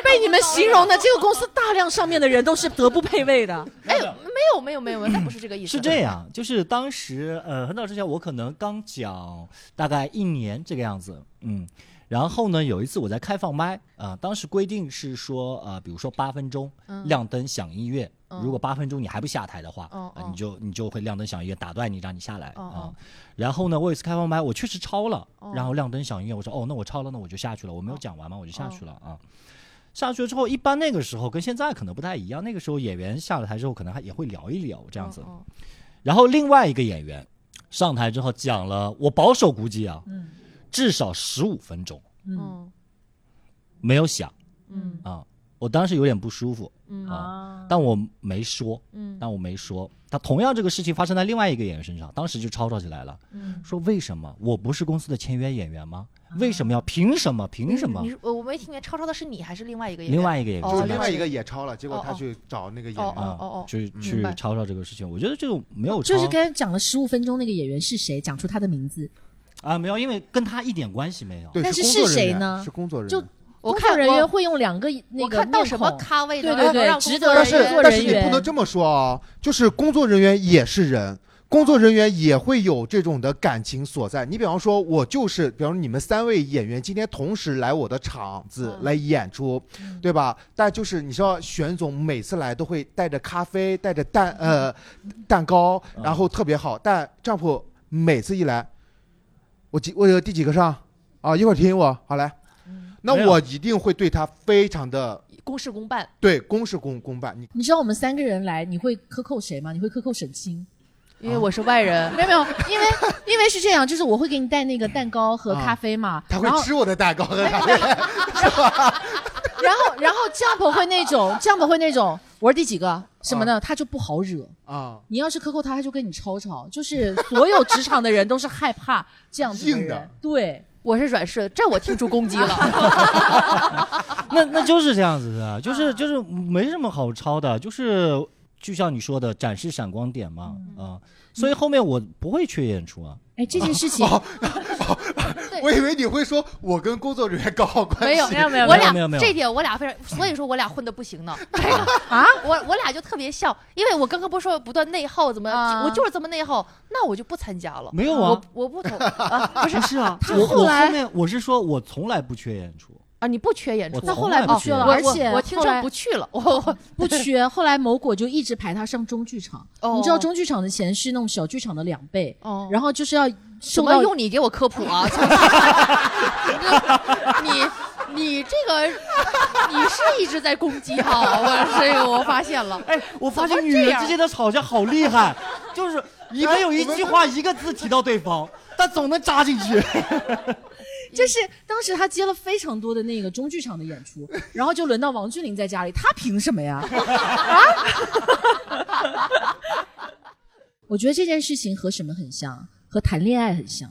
Speaker 5: 被你们形 容的这个公司大量上面的人都是德不配位的。
Speaker 1: 没有没有
Speaker 4: 没有没有没有，那不是这个意思。
Speaker 1: 是这样，就是当时呃很早之前，我可能刚讲大概一年这个样子，嗯，然后呢有一次我在开放麦啊、当时规定是说呃比如说八分钟亮灯响音乐，
Speaker 4: 哦
Speaker 1: 如果八分钟你还不下台的话，
Speaker 4: 嗯
Speaker 1: 啊
Speaker 4: 嗯
Speaker 1: 你就你就会亮灯响音乐打断你，让你下来啊、
Speaker 4: 嗯嗯
Speaker 1: 然后呢我有一次开放麦，我确实超了，然后亮灯响音乐，我说哦那我超了，那我就下去了，我没有讲完嘛，我就下去了
Speaker 4: 哦
Speaker 1: 啊。下去了之后，一般那个时候跟现在可能不太一样。那个时候演员下了台之后，可能还也会聊一聊这样子。
Speaker 4: 嗯
Speaker 1: 然后另外一个演员上台之后讲了，我保守估计啊，
Speaker 5: 嗯
Speaker 1: 至少十五分钟
Speaker 5: 嗯
Speaker 4: 嗯
Speaker 1: 没有响
Speaker 4: 嗯
Speaker 1: 啊。我当时有点不舒服，
Speaker 4: 嗯
Speaker 5: 啊，
Speaker 1: 但我没说，
Speaker 4: 嗯
Speaker 1: 但我没说。他同样这个事情发生在另外一个演员身上，当时就吵吵起来了，
Speaker 4: 嗯，啊
Speaker 1: 说为什么我不是公司的签约演员吗？为什么要凭什么凭什么
Speaker 4: 你？是我我没听见，超超的是你还是另外一个演员？
Speaker 1: 另外一个演员
Speaker 4: 哦
Speaker 2: 就是
Speaker 1: 上
Speaker 2: 另
Speaker 1: 来
Speaker 2: 外一个也超了，结果
Speaker 4: 哦
Speaker 2: 他
Speaker 4: 哦
Speaker 2: 去找那个演
Speaker 4: 哦
Speaker 2: 员，
Speaker 1: 啊
Speaker 4: 哦哦
Speaker 1: 去去
Speaker 4: 明白
Speaker 1: 吵吵这个事情，我觉得这种没有吵
Speaker 5: 就是刚才讲了十五分钟，那个演员是谁？讲出他的名字。
Speaker 1: 啊没有，因为跟他一点关系没有。
Speaker 2: 对，
Speaker 5: 但
Speaker 2: 是
Speaker 5: 是
Speaker 2: 工作
Speaker 5: 是
Speaker 2: 人
Speaker 5: 谁
Speaker 2: 员
Speaker 5: 呢
Speaker 2: 是工作人
Speaker 5: 就
Speaker 2: 员。
Speaker 4: 我
Speaker 5: 工作
Speaker 4: 看
Speaker 5: 人
Speaker 4: 我
Speaker 5: 员会用两个那
Speaker 4: 我
Speaker 5: 个
Speaker 4: 看到
Speaker 5: 面
Speaker 4: 什么
Speaker 5: 孔
Speaker 4: 咖位
Speaker 5: 对
Speaker 4: 能
Speaker 5: 对
Speaker 4: 让
Speaker 5: 对
Speaker 4: 让
Speaker 5: 值
Speaker 4: 工
Speaker 5: 得
Speaker 4: 作
Speaker 2: 但
Speaker 4: 人
Speaker 2: 是
Speaker 4: 员
Speaker 5: 工作
Speaker 2: 但是
Speaker 5: 人
Speaker 2: 你
Speaker 5: 员
Speaker 2: 不能这么说哦，就是工作人员也是人。工作人员也会有这种的感情所在。你比方说，我就是，比方说你们三位演员今天同时来我的场子
Speaker 4: 嗯
Speaker 2: 来演出，
Speaker 5: 嗯
Speaker 2: 对吧？但就是你知道，玄总每次来都会带着咖啡，带着蛋呃
Speaker 5: 嗯
Speaker 2: 蛋糕，
Speaker 1: 嗯
Speaker 2: 然后特别好。但丈夫每次一来，我几我有第几个上啊？一会儿提醒我，好来。
Speaker 5: 嗯
Speaker 2: 那
Speaker 1: 没有
Speaker 2: 我一定会对他非常的
Speaker 4: 公事公办。
Speaker 2: 对公事公公办。你
Speaker 5: 你知道我们三个人来，你会克扣谁吗？你会克扣沈清？
Speaker 4: 因为我是外人，
Speaker 5: 没有没有，因为因为是这样，就是我会给
Speaker 4: 啊
Speaker 5: 你带那个蛋糕和咖啡嘛，
Speaker 2: 他会
Speaker 5: 然后
Speaker 2: 吃我的蛋糕和咖啡，
Speaker 5: 然后然后 Jump 会那种 Jump 会那种，我是第几个什么呢？他就不好惹。
Speaker 2: 啊，
Speaker 5: 你要是克扣他，他就跟你吵吵。就是所有职场的人都是害怕这样子
Speaker 2: 硬
Speaker 5: 人。
Speaker 2: 的
Speaker 5: 对，
Speaker 7: 我是软柿子，这我听出攻击
Speaker 4: 啊
Speaker 7: 了。
Speaker 1: 那那就是这样子的，就是就是没什么好抄的，就是就像你说的，展示闪光点嘛，啊，所以后面我不会缺演出啊，
Speaker 5: 哎，这件事情
Speaker 2: 我以为你会说我跟工作人员搞好关系，
Speaker 4: 没有
Speaker 5: 没有没有
Speaker 4: 我
Speaker 1: 没有
Speaker 4: 俩
Speaker 1: 没有没有
Speaker 4: 这点我俩非常，所以说我俩混的不行 呢。
Speaker 5: 啊，
Speaker 4: 我我俩就特别像，因为我刚刚不是说不断内耗怎么，
Speaker 5: 啊
Speaker 4: 我就是这么内耗，那我就不参加了。
Speaker 1: 没有啊，
Speaker 4: 我我不同，啊不是
Speaker 1: 是啊，
Speaker 5: 他
Speaker 1: 我
Speaker 5: 后
Speaker 1: 我
Speaker 5: 来
Speaker 1: 后面我是说我从来不缺演出，
Speaker 4: 啊，你不缺演
Speaker 1: 我
Speaker 4: 出，哦
Speaker 1: 从
Speaker 5: 后来
Speaker 1: 不
Speaker 5: 不去了
Speaker 1: 演
Speaker 5: 而且
Speaker 4: 我我听
Speaker 5: 后来哦
Speaker 4: 说不去了，我我
Speaker 5: 不缺。后来某果就一直排他上中剧场，
Speaker 4: 哦
Speaker 5: 你知道中剧场的钱是那种小剧场的两倍，
Speaker 4: 哦
Speaker 5: 然后就是要
Speaker 4: 什
Speaker 5: 受
Speaker 4: 么
Speaker 5: 到
Speaker 4: 用你给我科普啊？ 你你这个你是一直在攻击哈，我这个我发现了。
Speaker 1: 哎，我发现
Speaker 4: 怎么
Speaker 1: 女
Speaker 4: 这
Speaker 1: 人
Speaker 4: 样
Speaker 1: 之间的吵架好厉害，就是一没有一句话一个字提到对方，但总能扎进去。
Speaker 5: 就是当时他接了非常多的那个中剧场的演出，然后就轮到王俊霖在家里，他凭什么呀？啊！ 我觉得这件事情和什么很像，和谈恋爱很像。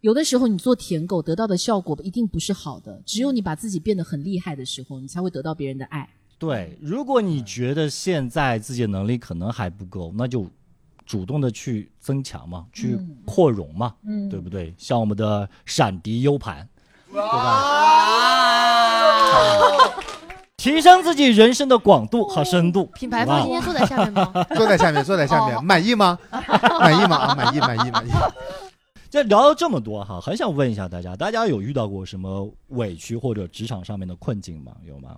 Speaker 5: 有的时候你做舔狗得到的效果一定不是好的，只有你把自己变得很厉害的时候，你才会得到别人的爱。
Speaker 1: 对，如果你觉得现在自己的能力可能还不够，那就主动的去增强嘛，去扩容嘛，
Speaker 2: 嗯
Speaker 5: 嗯
Speaker 1: 对不对？像我们的闪迪 U 盘，对吧？提升自己人生的广度和深度。
Speaker 4: 品牌
Speaker 1: 好吧
Speaker 4: 方今天坐在下面吗？
Speaker 2: 坐在下面，坐在下
Speaker 8: 哦
Speaker 2: 面，满意 吗？满意吗？啊，满意，满意，满意。
Speaker 1: 这聊了这么多哈，很想问一下大家，大家有遇到过什么委屈或者职场上面的困境吗？有吗？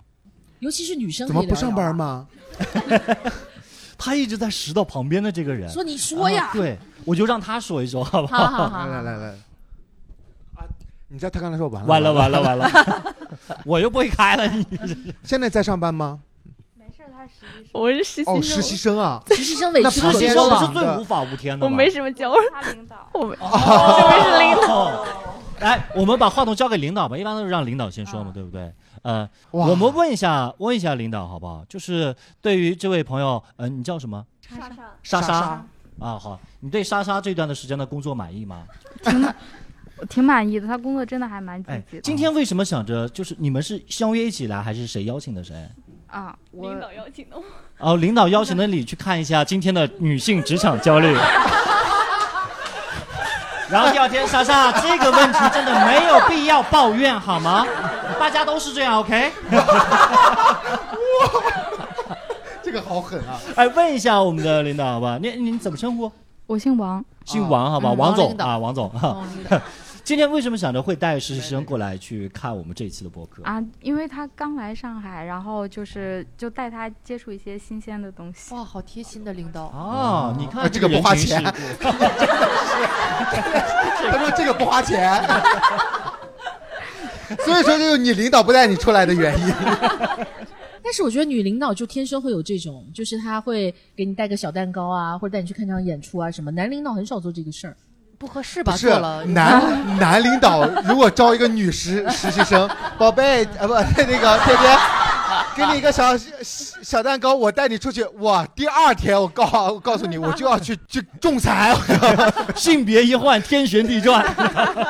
Speaker 5: 尤其是女生
Speaker 2: 怎么
Speaker 5: 可以
Speaker 2: 不
Speaker 5: 聊
Speaker 2: 上
Speaker 5: 聊
Speaker 2: 班
Speaker 5: 啊？
Speaker 2: 吗？
Speaker 1: 他一直在拾到旁边的这个人，
Speaker 5: 说你说呀，
Speaker 1: 啊对，我就让他说一说，好不
Speaker 4: 好好
Speaker 2: 来
Speaker 4: 好，
Speaker 2: 来来来，啊，你知道他刚才说完了，
Speaker 1: 完了完了完了，我又不会开了，你
Speaker 2: 现在在上班吗？
Speaker 9: 没事，他实习生，
Speaker 8: 我是实习生，
Speaker 2: 哦，实习生啊，
Speaker 5: 实习生委
Speaker 2: 那
Speaker 5: 屈
Speaker 2: 旁
Speaker 5: 了
Speaker 1: 实习
Speaker 2: 边
Speaker 5: 多
Speaker 1: 生
Speaker 5: 了
Speaker 1: 不
Speaker 2: 是
Speaker 1: 是最无法无天的
Speaker 8: 我
Speaker 1: 吗？
Speaker 8: 没什么交，
Speaker 9: 他哦领导。
Speaker 8: 我没，我没是领导。
Speaker 1: 哦来，我们把话筒交给领导吧，一般都是让领导先
Speaker 9: 啊
Speaker 1: 说嘛，对不对？呃，
Speaker 2: 哇
Speaker 1: 我们问一下，问一下领导好不好？就是对于这位朋友，呃，你叫什么？
Speaker 9: 莎莎，
Speaker 1: 莎
Speaker 2: 莎莎
Speaker 1: 啊，好，你对莎莎这段的时间的工作满意吗？
Speaker 9: 挺满，我挺满意的，他工作真的还蛮积
Speaker 1: 哎
Speaker 9: 极，的。
Speaker 1: 今天为什么想着就是你们是相约一起来，还是谁邀请的谁？
Speaker 2: 哎
Speaker 9: 啊，我
Speaker 8: 领导邀请的我，
Speaker 1: 哦，领导邀请的你去看一下今天的女性职场焦虑。然后第二天，莎莎，这个问题真的没有必要抱怨好吗？大家都是这样，OK？
Speaker 2: 这个好狠啊！
Speaker 1: 哎，问一下我们的领导好吧，您您怎么称呼？
Speaker 9: 我姓王，
Speaker 1: 姓王好吧，王
Speaker 4: 王
Speaker 1: 总
Speaker 4: 领导
Speaker 1: 啊，王总 啊。今天为什么想着会带实习生过来去看我们这一期的播客？
Speaker 9: 啊，因为他刚来上海，然后就是就带他接触一些新鲜的东西。
Speaker 4: 哇，好贴心的领导，
Speaker 1: 哦，你看
Speaker 2: 啊这个不花
Speaker 1: 人情世
Speaker 2: 钱
Speaker 1: 故
Speaker 2: 他说这个不花钱， 所以说就是你领导不带你出来的原因。
Speaker 5: 但是我觉得女领导就天生会有这种，就是她会给你带个小蛋糕啊，或者带你去看场演出啊什么。男领导很少做这个事儿，
Speaker 4: 不合适
Speaker 2: 不
Speaker 4: 吧？
Speaker 2: 是
Speaker 4: 做了，
Speaker 2: 男男领导如果招一个女实实习生， 宝贝啊不那个天天。给你一个小小小蛋糕，我带你出去。哇，第二天我告我告诉你，我就要去去仲裁。
Speaker 1: 性别一换，天旋地转。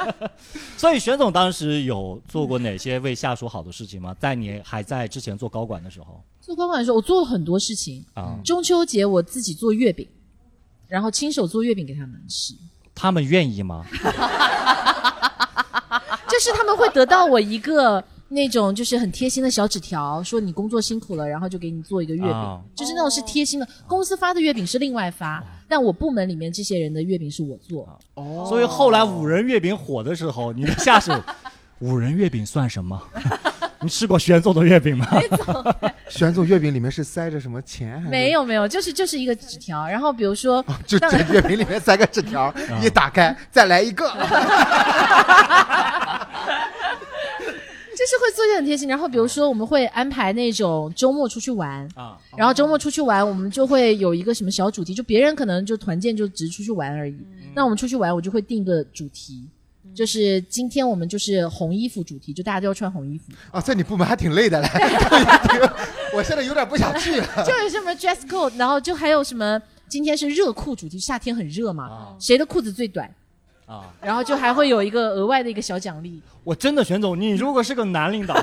Speaker 1: 所以，玄总当时有做过哪些为下属好的事情吗？在你还在之前做高管的时候
Speaker 5: 做高管的时候，我做了很多事情。
Speaker 1: 啊，
Speaker 5: 中秋节我自己做月饼，然后亲手做月饼给他们吃，
Speaker 1: 他们愿意吗？
Speaker 5: 就是他们会得到我一个那种就是很贴心的小纸条，说你工作辛苦了，然后就给你做一个月饼，
Speaker 1: 啊
Speaker 5: 就是那种是贴心的。公司发的月饼是另外发，但我部门里面这些人的月饼是我做。
Speaker 1: 所以后来五仁月饼火的时候，你的下 属，五仁月饼算什么？你吃过玄总的月饼吗？
Speaker 2: 玄总月饼里面是塞着什么钱？
Speaker 5: 没，有没有，就是就是一个纸条。然后比如说，
Speaker 2: 就这 月饼里面塞个纸条，一打开再来一个。
Speaker 5: 就是会做一些很贴心。然后比如说，我们会安排那种周末出去玩，
Speaker 1: 啊，
Speaker 5: 然后周末出去玩，我们就会有一个什么小
Speaker 1: 嗯
Speaker 5: 主题，就别人可能就团建就只是出去玩而已，那我们出去玩，我就会定个主题。就是今天我们就是红衣服主题，就大家都要穿红 衣服，
Speaker 2: 啊，在你部门还挺累的嘞， 我现在有点不想去了。
Speaker 5: 就是什么 dress code，然后就还有什么今天是热裤主题，夏天很热嘛，谁的裤子最短，
Speaker 1: 啊，
Speaker 5: 然后就还会有一个额外的一个小奖励。
Speaker 1: 我真的，玄总，你如果是个男 领导，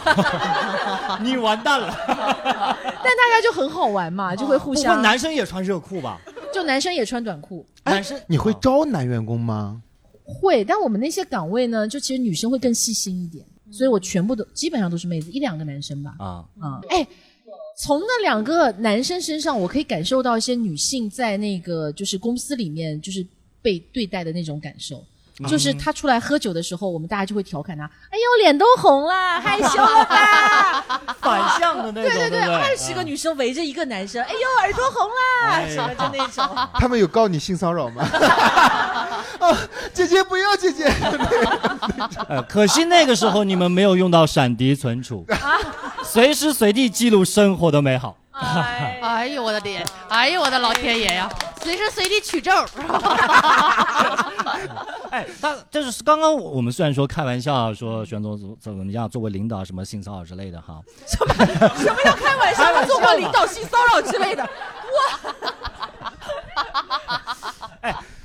Speaker 1: 你完蛋了。
Speaker 5: 但大家就很好玩嘛，就会互
Speaker 1: 不
Speaker 5: 相
Speaker 1: 过，男生也穿热裤吧？
Speaker 5: 就男生也穿短裤。
Speaker 1: 男生
Speaker 2: 你会招男员工吗？
Speaker 5: 会，但我们那些岗位呢，就其实女生会更细心一点，所以我全部都基本上都是妹子，一两个男生吧。
Speaker 1: 啊，
Speaker 5: 啊、哎，从那两个男生身上，我可以感受到一些女性在那个就是公司里面就是被对待的那种感受。
Speaker 1: 啊
Speaker 5: 就是她出来喝酒的时候，我们大家就会调侃她：“哎呦，脸都红了，害羞 了吧
Speaker 1: 反向的那种，？”
Speaker 5: 啊对
Speaker 1: 对
Speaker 5: 对，嗯
Speaker 1: 不
Speaker 5: 二十个女生围着一个男生，哎呦，耳朵红
Speaker 1: 哎呀
Speaker 5: 啦，什么就那种。
Speaker 2: 他们有告你性骚扰吗？ 啊，姐姐不要姐姐，
Speaker 1: 呃，可惜那个时候你们没有用到闪迪存储，随时随地记录生活的美好。
Speaker 10: 哎呦我的脸，哎呦我的老天爷呀！随时随地取证，
Speaker 1: 哎，他就是刚刚我我们虽然说开玩笑啊说玄总怎么怎么样，作为领导什么性骚扰之类的哈，
Speaker 5: 开玩
Speaker 1: 开玩
Speaker 5: 笑，
Speaker 1: 笑
Speaker 5: 做过领导性骚扰之类的，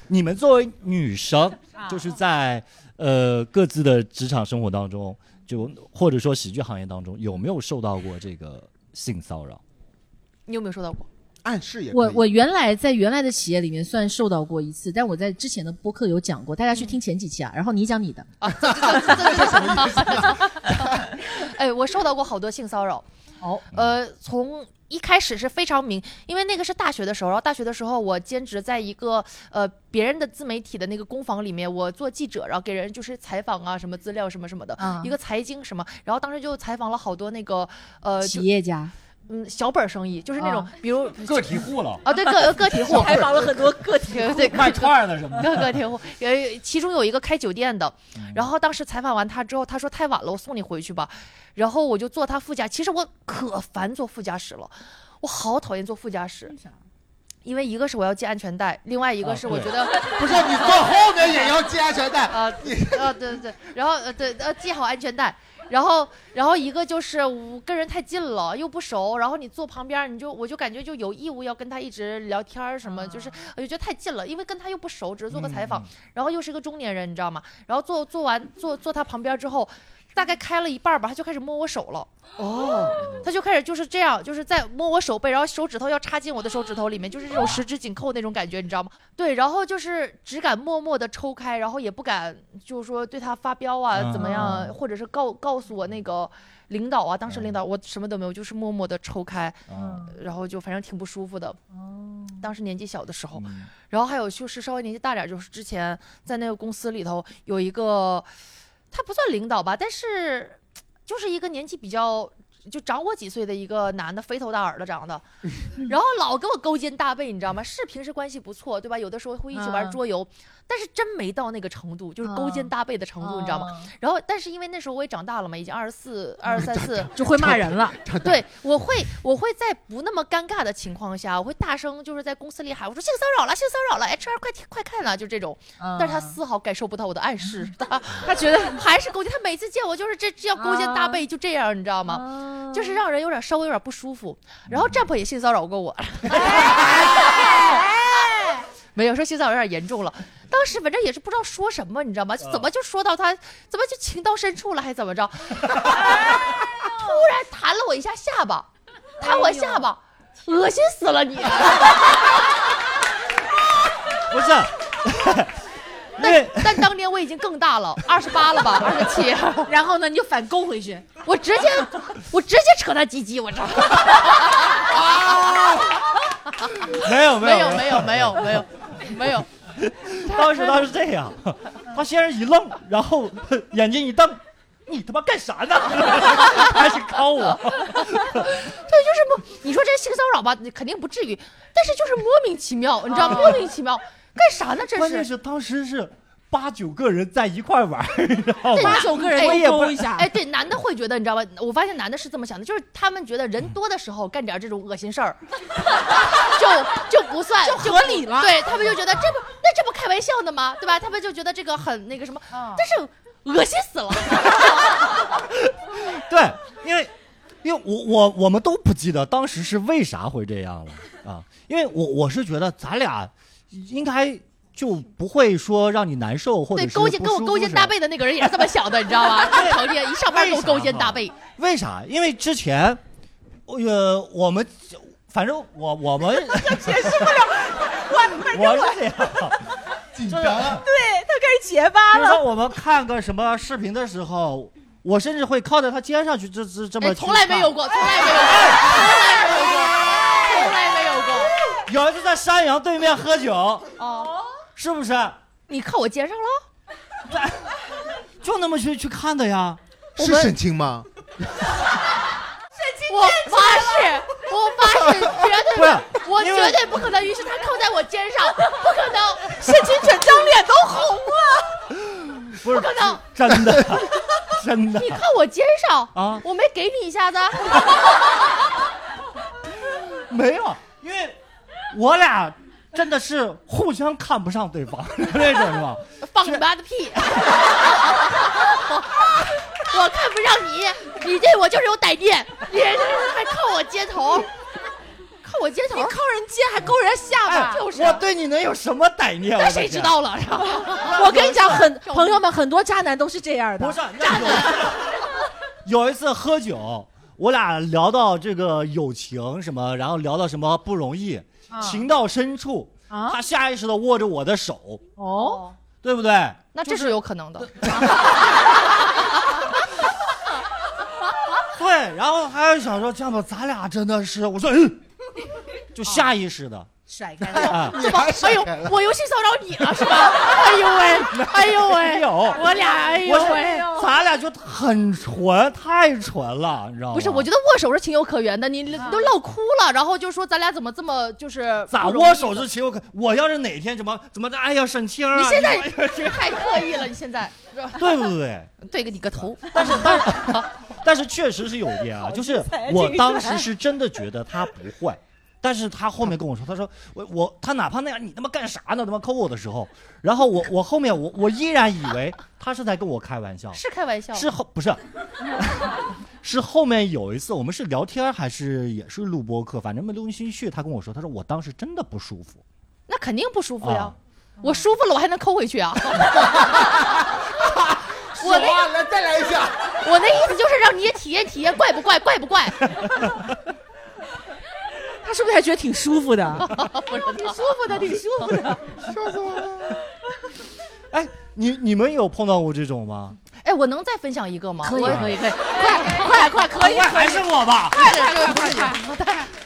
Speaker 1: 你们作为女生，
Speaker 5: 啊
Speaker 1: 就是在呃各自的职场生活当中，就或者说喜剧行业当中，有没有受到过这个性骚扰？
Speaker 4: 你有没有收到过？
Speaker 2: 暗示也可以
Speaker 5: 我我原来在原来的企业里面算受到过一次，但我在之前的播客有讲过，大家去听前几期啊。然后你讲你的，
Speaker 4: 哎，我受到过好多性骚扰。
Speaker 5: 哦，
Speaker 4: 呃，从一开始是非常明，因为那个是大学的时候，然后大学的时候我兼职在一个呃别人的自媒体的那个工坊里面，我做记者，然后给人就是采访啊，什么资料什么什么的，
Speaker 5: 嗯
Speaker 4: 啊一个财经什么，然后当时就采访了好多那个呃就
Speaker 5: 企业家，
Speaker 4: 嗯小本儿生意，就是那种、
Speaker 5: 啊
Speaker 4: 比如
Speaker 1: 个体户了，
Speaker 4: 啊对个个体户
Speaker 5: ，采访了很多个体
Speaker 4: 对对
Speaker 1: 卖串的什么
Speaker 4: 各个天户，有其中有一个开酒店的，
Speaker 1: 嗯
Speaker 4: 然后当时采访完他之后，他说太晚了，我送你回去吧。然后我就坐他副驾，其实我可烦坐副驾驶了，我好讨厌坐副驾驶。因为一个是我要系安全带，另外一个
Speaker 1: 啊
Speaker 4: 是我
Speaker 1: 对
Speaker 4: 觉得
Speaker 2: 不是你坐后面也要系安全带，
Speaker 4: 呃呃对对对，然后呃对呃系好安全带，然后然后一个就是我跟人太近了又不熟，然后你坐旁边儿你就我就感觉就有义务要跟他一直聊天儿什么，就是哎我就觉得太近了，因为跟他又不熟，只是做个采访，然后又是一个中年人你知道吗？然后坐坐完坐坐他旁边之后。大概开了一半儿吧，他就开始摸我手了。哦，他就开始就是这样，就是在摸我手背，然后手指头要插进我的手指头里面，就是这种十指紧扣那种感觉，你知道吗？对，然后就是只敢默默的抽开，然后也不敢就是说对他发飙啊，怎么样啊，或者是告告诉我那个领导啊，当时领导我什么都没有，就是默默的抽开，
Speaker 1: 啊，
Speaker 4: 然后就反正挺不舒服的。当时年纪小的时候，
Speaker 1: 嗯
Speaker 4: 然后还有就是稍微年纪大点儿，就是之前在那个公司里头有一个，他不算领导吧，但是就是一个年纪比较就长我几岁的一个男的，肥头大耳的长 得，然后老跟我勾肩搭背，你知道吗？是平时关系不错，对吧？有的时候会一起玩
Speaker 5: 嗯
Speaker 4: 桌游，但是真没到那个程度，就是勾肩
Speaker 5: 嗯
Speaker 4: 搭背的程度，你知道吗？
Speaker 5: 吗？
Speaker 4: 然后，但是因为那时候我也长大了嘛，已经二十四、二 十三四，
Speaker 5: 就会骂人了，
Speaker 4: 对，我会我会在不那么尴尬的情况下，我会大声就是在公司里喊，我说性骚扰了，性骚扰了，HR 快听快看了，就这种。但
Speaker 5: 嗯
Speaker 4: 是他丝毫感受不到我的暗示，他
Speaker 5: 他觉得
Speaker 4: 还是勾肩，他每次见我就是这这样勾肩搭背，就这样，你知道吗？
Speaker 5: 吗
Speaker 4: 就是让人有点稍微有点不舒服。然后 Jump 也性骚扰过我，没有说性骚扰有点严重了。当时反正也是不知道说什么，你知道吗？就怎么就说到他，怎么就情到深处了，还怎么着？突然弹了我一下下巴，弹我下巴，恶心死了你！啊
Speaker 1: 不是，啊 因为
Speaker 4: 但当年我已经更大了，二十八了吧，二十七，
Speaker 5: 然后呢，你就反勾回去，
Speaker 4: 我直接我直接扯他鸡鸡，我操！
Speaker 1: 没有没
Speaker 4: 没
Speaker 1: 有
Speaker 4: 有没有没有没有没有，
Speaker 1: 当时他是这 样，他先是一愣，然后 眼睛一瞪，你他妈干啥呢？ 开始敲我。
Speaker 4: 对，就是不，你说这性骚扰吧，你肯定不至于，但是就是莫名其妙，你知道，莫名其妙，干啥呢？这
Speaker 1: 关键
Speaker 4: 是。
Speaker 1: 是当时是八九个人在一块儿玩儿， 你知道吗？
Speaker 5: 八九个人
Speaker 4: 哎
Speaker 1: 也
Speaker 5: 都
Speaker 1: 不
Speaker 5: 勾一下，
Speaker 4: 哎，对，男的会觉得，你知道吧？我发现男的是这么想的，就是他们觉得人多的时候干点这种恶心事儿，就就不算，就
Speaker 5: 合理了
Speaker 4: 对他们就觉得这不那这不开开玩笑的吗？对吧？他们就觉得这个很那个什么，
Speaker 7: 啊
Speaker 4: 但是恶心死了。
Speaker 1: 对，因为因为我我我们都不记得当时是为啥会这样了啊，因为我我是觉得咱俩应该就不会说让你难受或者
Speaker 4: 对，
Speaker 1: 是
Speaker 4: 勾肩
Speaker 1: 不
Speaker 4: 跟我
Speaker 1: 舒
Speaker 4: 勾
Speaker 1: 服
Speaker 4: 肩
Speaker 1: 什
Speaker 4: 搭
Speaker 1: 么
Speaker 4: 背的那个人也是这么想的，你知 道吗？他成天一上班跟我勾肩搭背，
Speaker 1: 为啥？因为之前，呃，我们反正我我 们
Speaker 11: 解释不了，我反正
Speaker 1: 我
Speaker 11: 我
Speaker 1: 是这样，
Speaker 2: 紧
Speaker 1: 张了。
Speaker 11: 对他开始结巴
Speaker 1: 比如说
Speaker 11: 了，
Speaker 1: 我们看个什么视频的时候，我甚至会靠在他肩上去，这这这么
Speaker 4: 哎
Speaker 1: 去
Speaker 4: 从来没有
Speaker 1: 看。
Speaker 4: 过，从来没有过，
Speaker 1: 哎
Speaker 4: 从来没有过，从来没有过。
Speaker 1: 有一次在山羊对面喝酒，
Speaker 4: 哦，
Speaker 1: 是不是？
Speaker 4: 你靠我肩上了？
Speaker 1: 就那么去去看的呀？
Speaker 2: 是沈清吗？
Speaker 4: 我发誓，我发誓，绝 对
Speaker 1: 不是
Speaker 4: 不，我
Speaker 1: 因为
Speaker 4: 绝对不可能。于是他靠在我肩上，不可能，
Speaker 11: 沈清泉张脸都红了。
Speaker 1: 不是
Speaker 4: 不可能，
Speaker 1: 真的，真的
Speaker 4: 你靠我肩上
Speaker 1: 啊
Speaker 4: 我没给你一下子，啊
Speaker 1: 没有，因为我俩真的是互相看不上对 方那种，是吧？
Speaker 4: 放你妈的屁！我看不上你，你对我就是有歹念，你还靠我肩头，靠我肩头，
Speaker 11: 你靠人肩还勾人家下
Speaker 1: 哎
Speaker 11: 巴，，
Speaker 4: 就是啊
Speaker 1: 我对你能有什么歹念？
Speaker 4: 那
Speaker 1: 我的
Speaker 4: 谁知
Speaker 1: 天？
Speaker 4: 道了？是吧？
Speaker 11: 我跟你讲，很朋友们，很多渣男都是这样的。
Speaker 1: 不是，那 有有一次喝酒，我俩聊到这个友情什么，然后聊到什么不容易，
Speaker 4: 啊
Speaker 1: 情到深处，
Speaker 11: 啊
Speaker 1: 他下意识的握着我的手，
Speaker 11: 哦，
Speaker 1: 对不对？
Speaker 4: 那这是有可能的。
Speaker 1: 对，然后还有想说，这样吧，咱俩真的是，我说，嗯，就下意识的，
Speaker 5: 甩 开了。
Speaker 1: 啊，
Speaker 2: 你 还
Speaker 4: 哎
Speaker 2: 闪
Speaker 4: 呦
Speaker 2: 开了，
Speaker 4: 我游戏骚扰你了是吧？哎呦喂，哎呦
Speaker 1: 没
Speaker 4: 喂，
Speaker 1: 有，
Speaker 4: 我俩哎呦
Speaker 1: 我是
Speaker 4: 喂。
Speaker 1: 咱俩就很纯，太纯了，你知道吗？
Speaker 4: 不是，我觉得握手是情有可原的，你都唠哭了，然后就说咱俩怎么这么就是
Speaker 1: 咋
Speaker 4: 不容易
Speaker 1: 握手是情有可，我要是哪天怎么怎么的，哎呀，沈清啊，
Speaker 4: 你现在
Speaker 1: 哎呀这 个
Speaker 4: 太刻意了，你现在是吧
Speaker 1: 对不对？
Speaker 4: 对个你个头，
Speaker 1: 但是但是但是确实是有一点啊，就是 我当时是真的觉得他不坏，但是他后面跟我说，他说我我他哪怕那样，你他妈干啥呢？他妈抠我的时候，然后我我后面我我依然以为他是在跟我开玩笑，
Speaker 4: 是开玩笑，
Speaker 1: 是后不是。 是后面有一次，我们是聊天还是也是录播课，反正没录进去。他跟我说，他说我当时真的不舒服，
Speaker 4: 那肯定不舒服呀
Speaker 1: 啊。
Speaker 4: 我舒服了，我还能抠回去啊？ 我那
Speaker 2: 哇，来再来一下。
Speaker 4: 我那意思就是让你也体验体验，怪不怪？怪不怪？
Speaker 11: 他是不是还觉得挺舒服的？
Speaker 4: 不知道
Speaker 11: 舒服的，挺舒服的。
Speaker 1: 哎，你你们有碰到过这种吗？
Speaker 4: 哎，我能再分享一个吗？
Speaker 5: 可以
Speaker 4: 我
Speaker 5: 可以可以，
Speaker 11: 快 快可以，
Speaker 1: 还啊是我吧。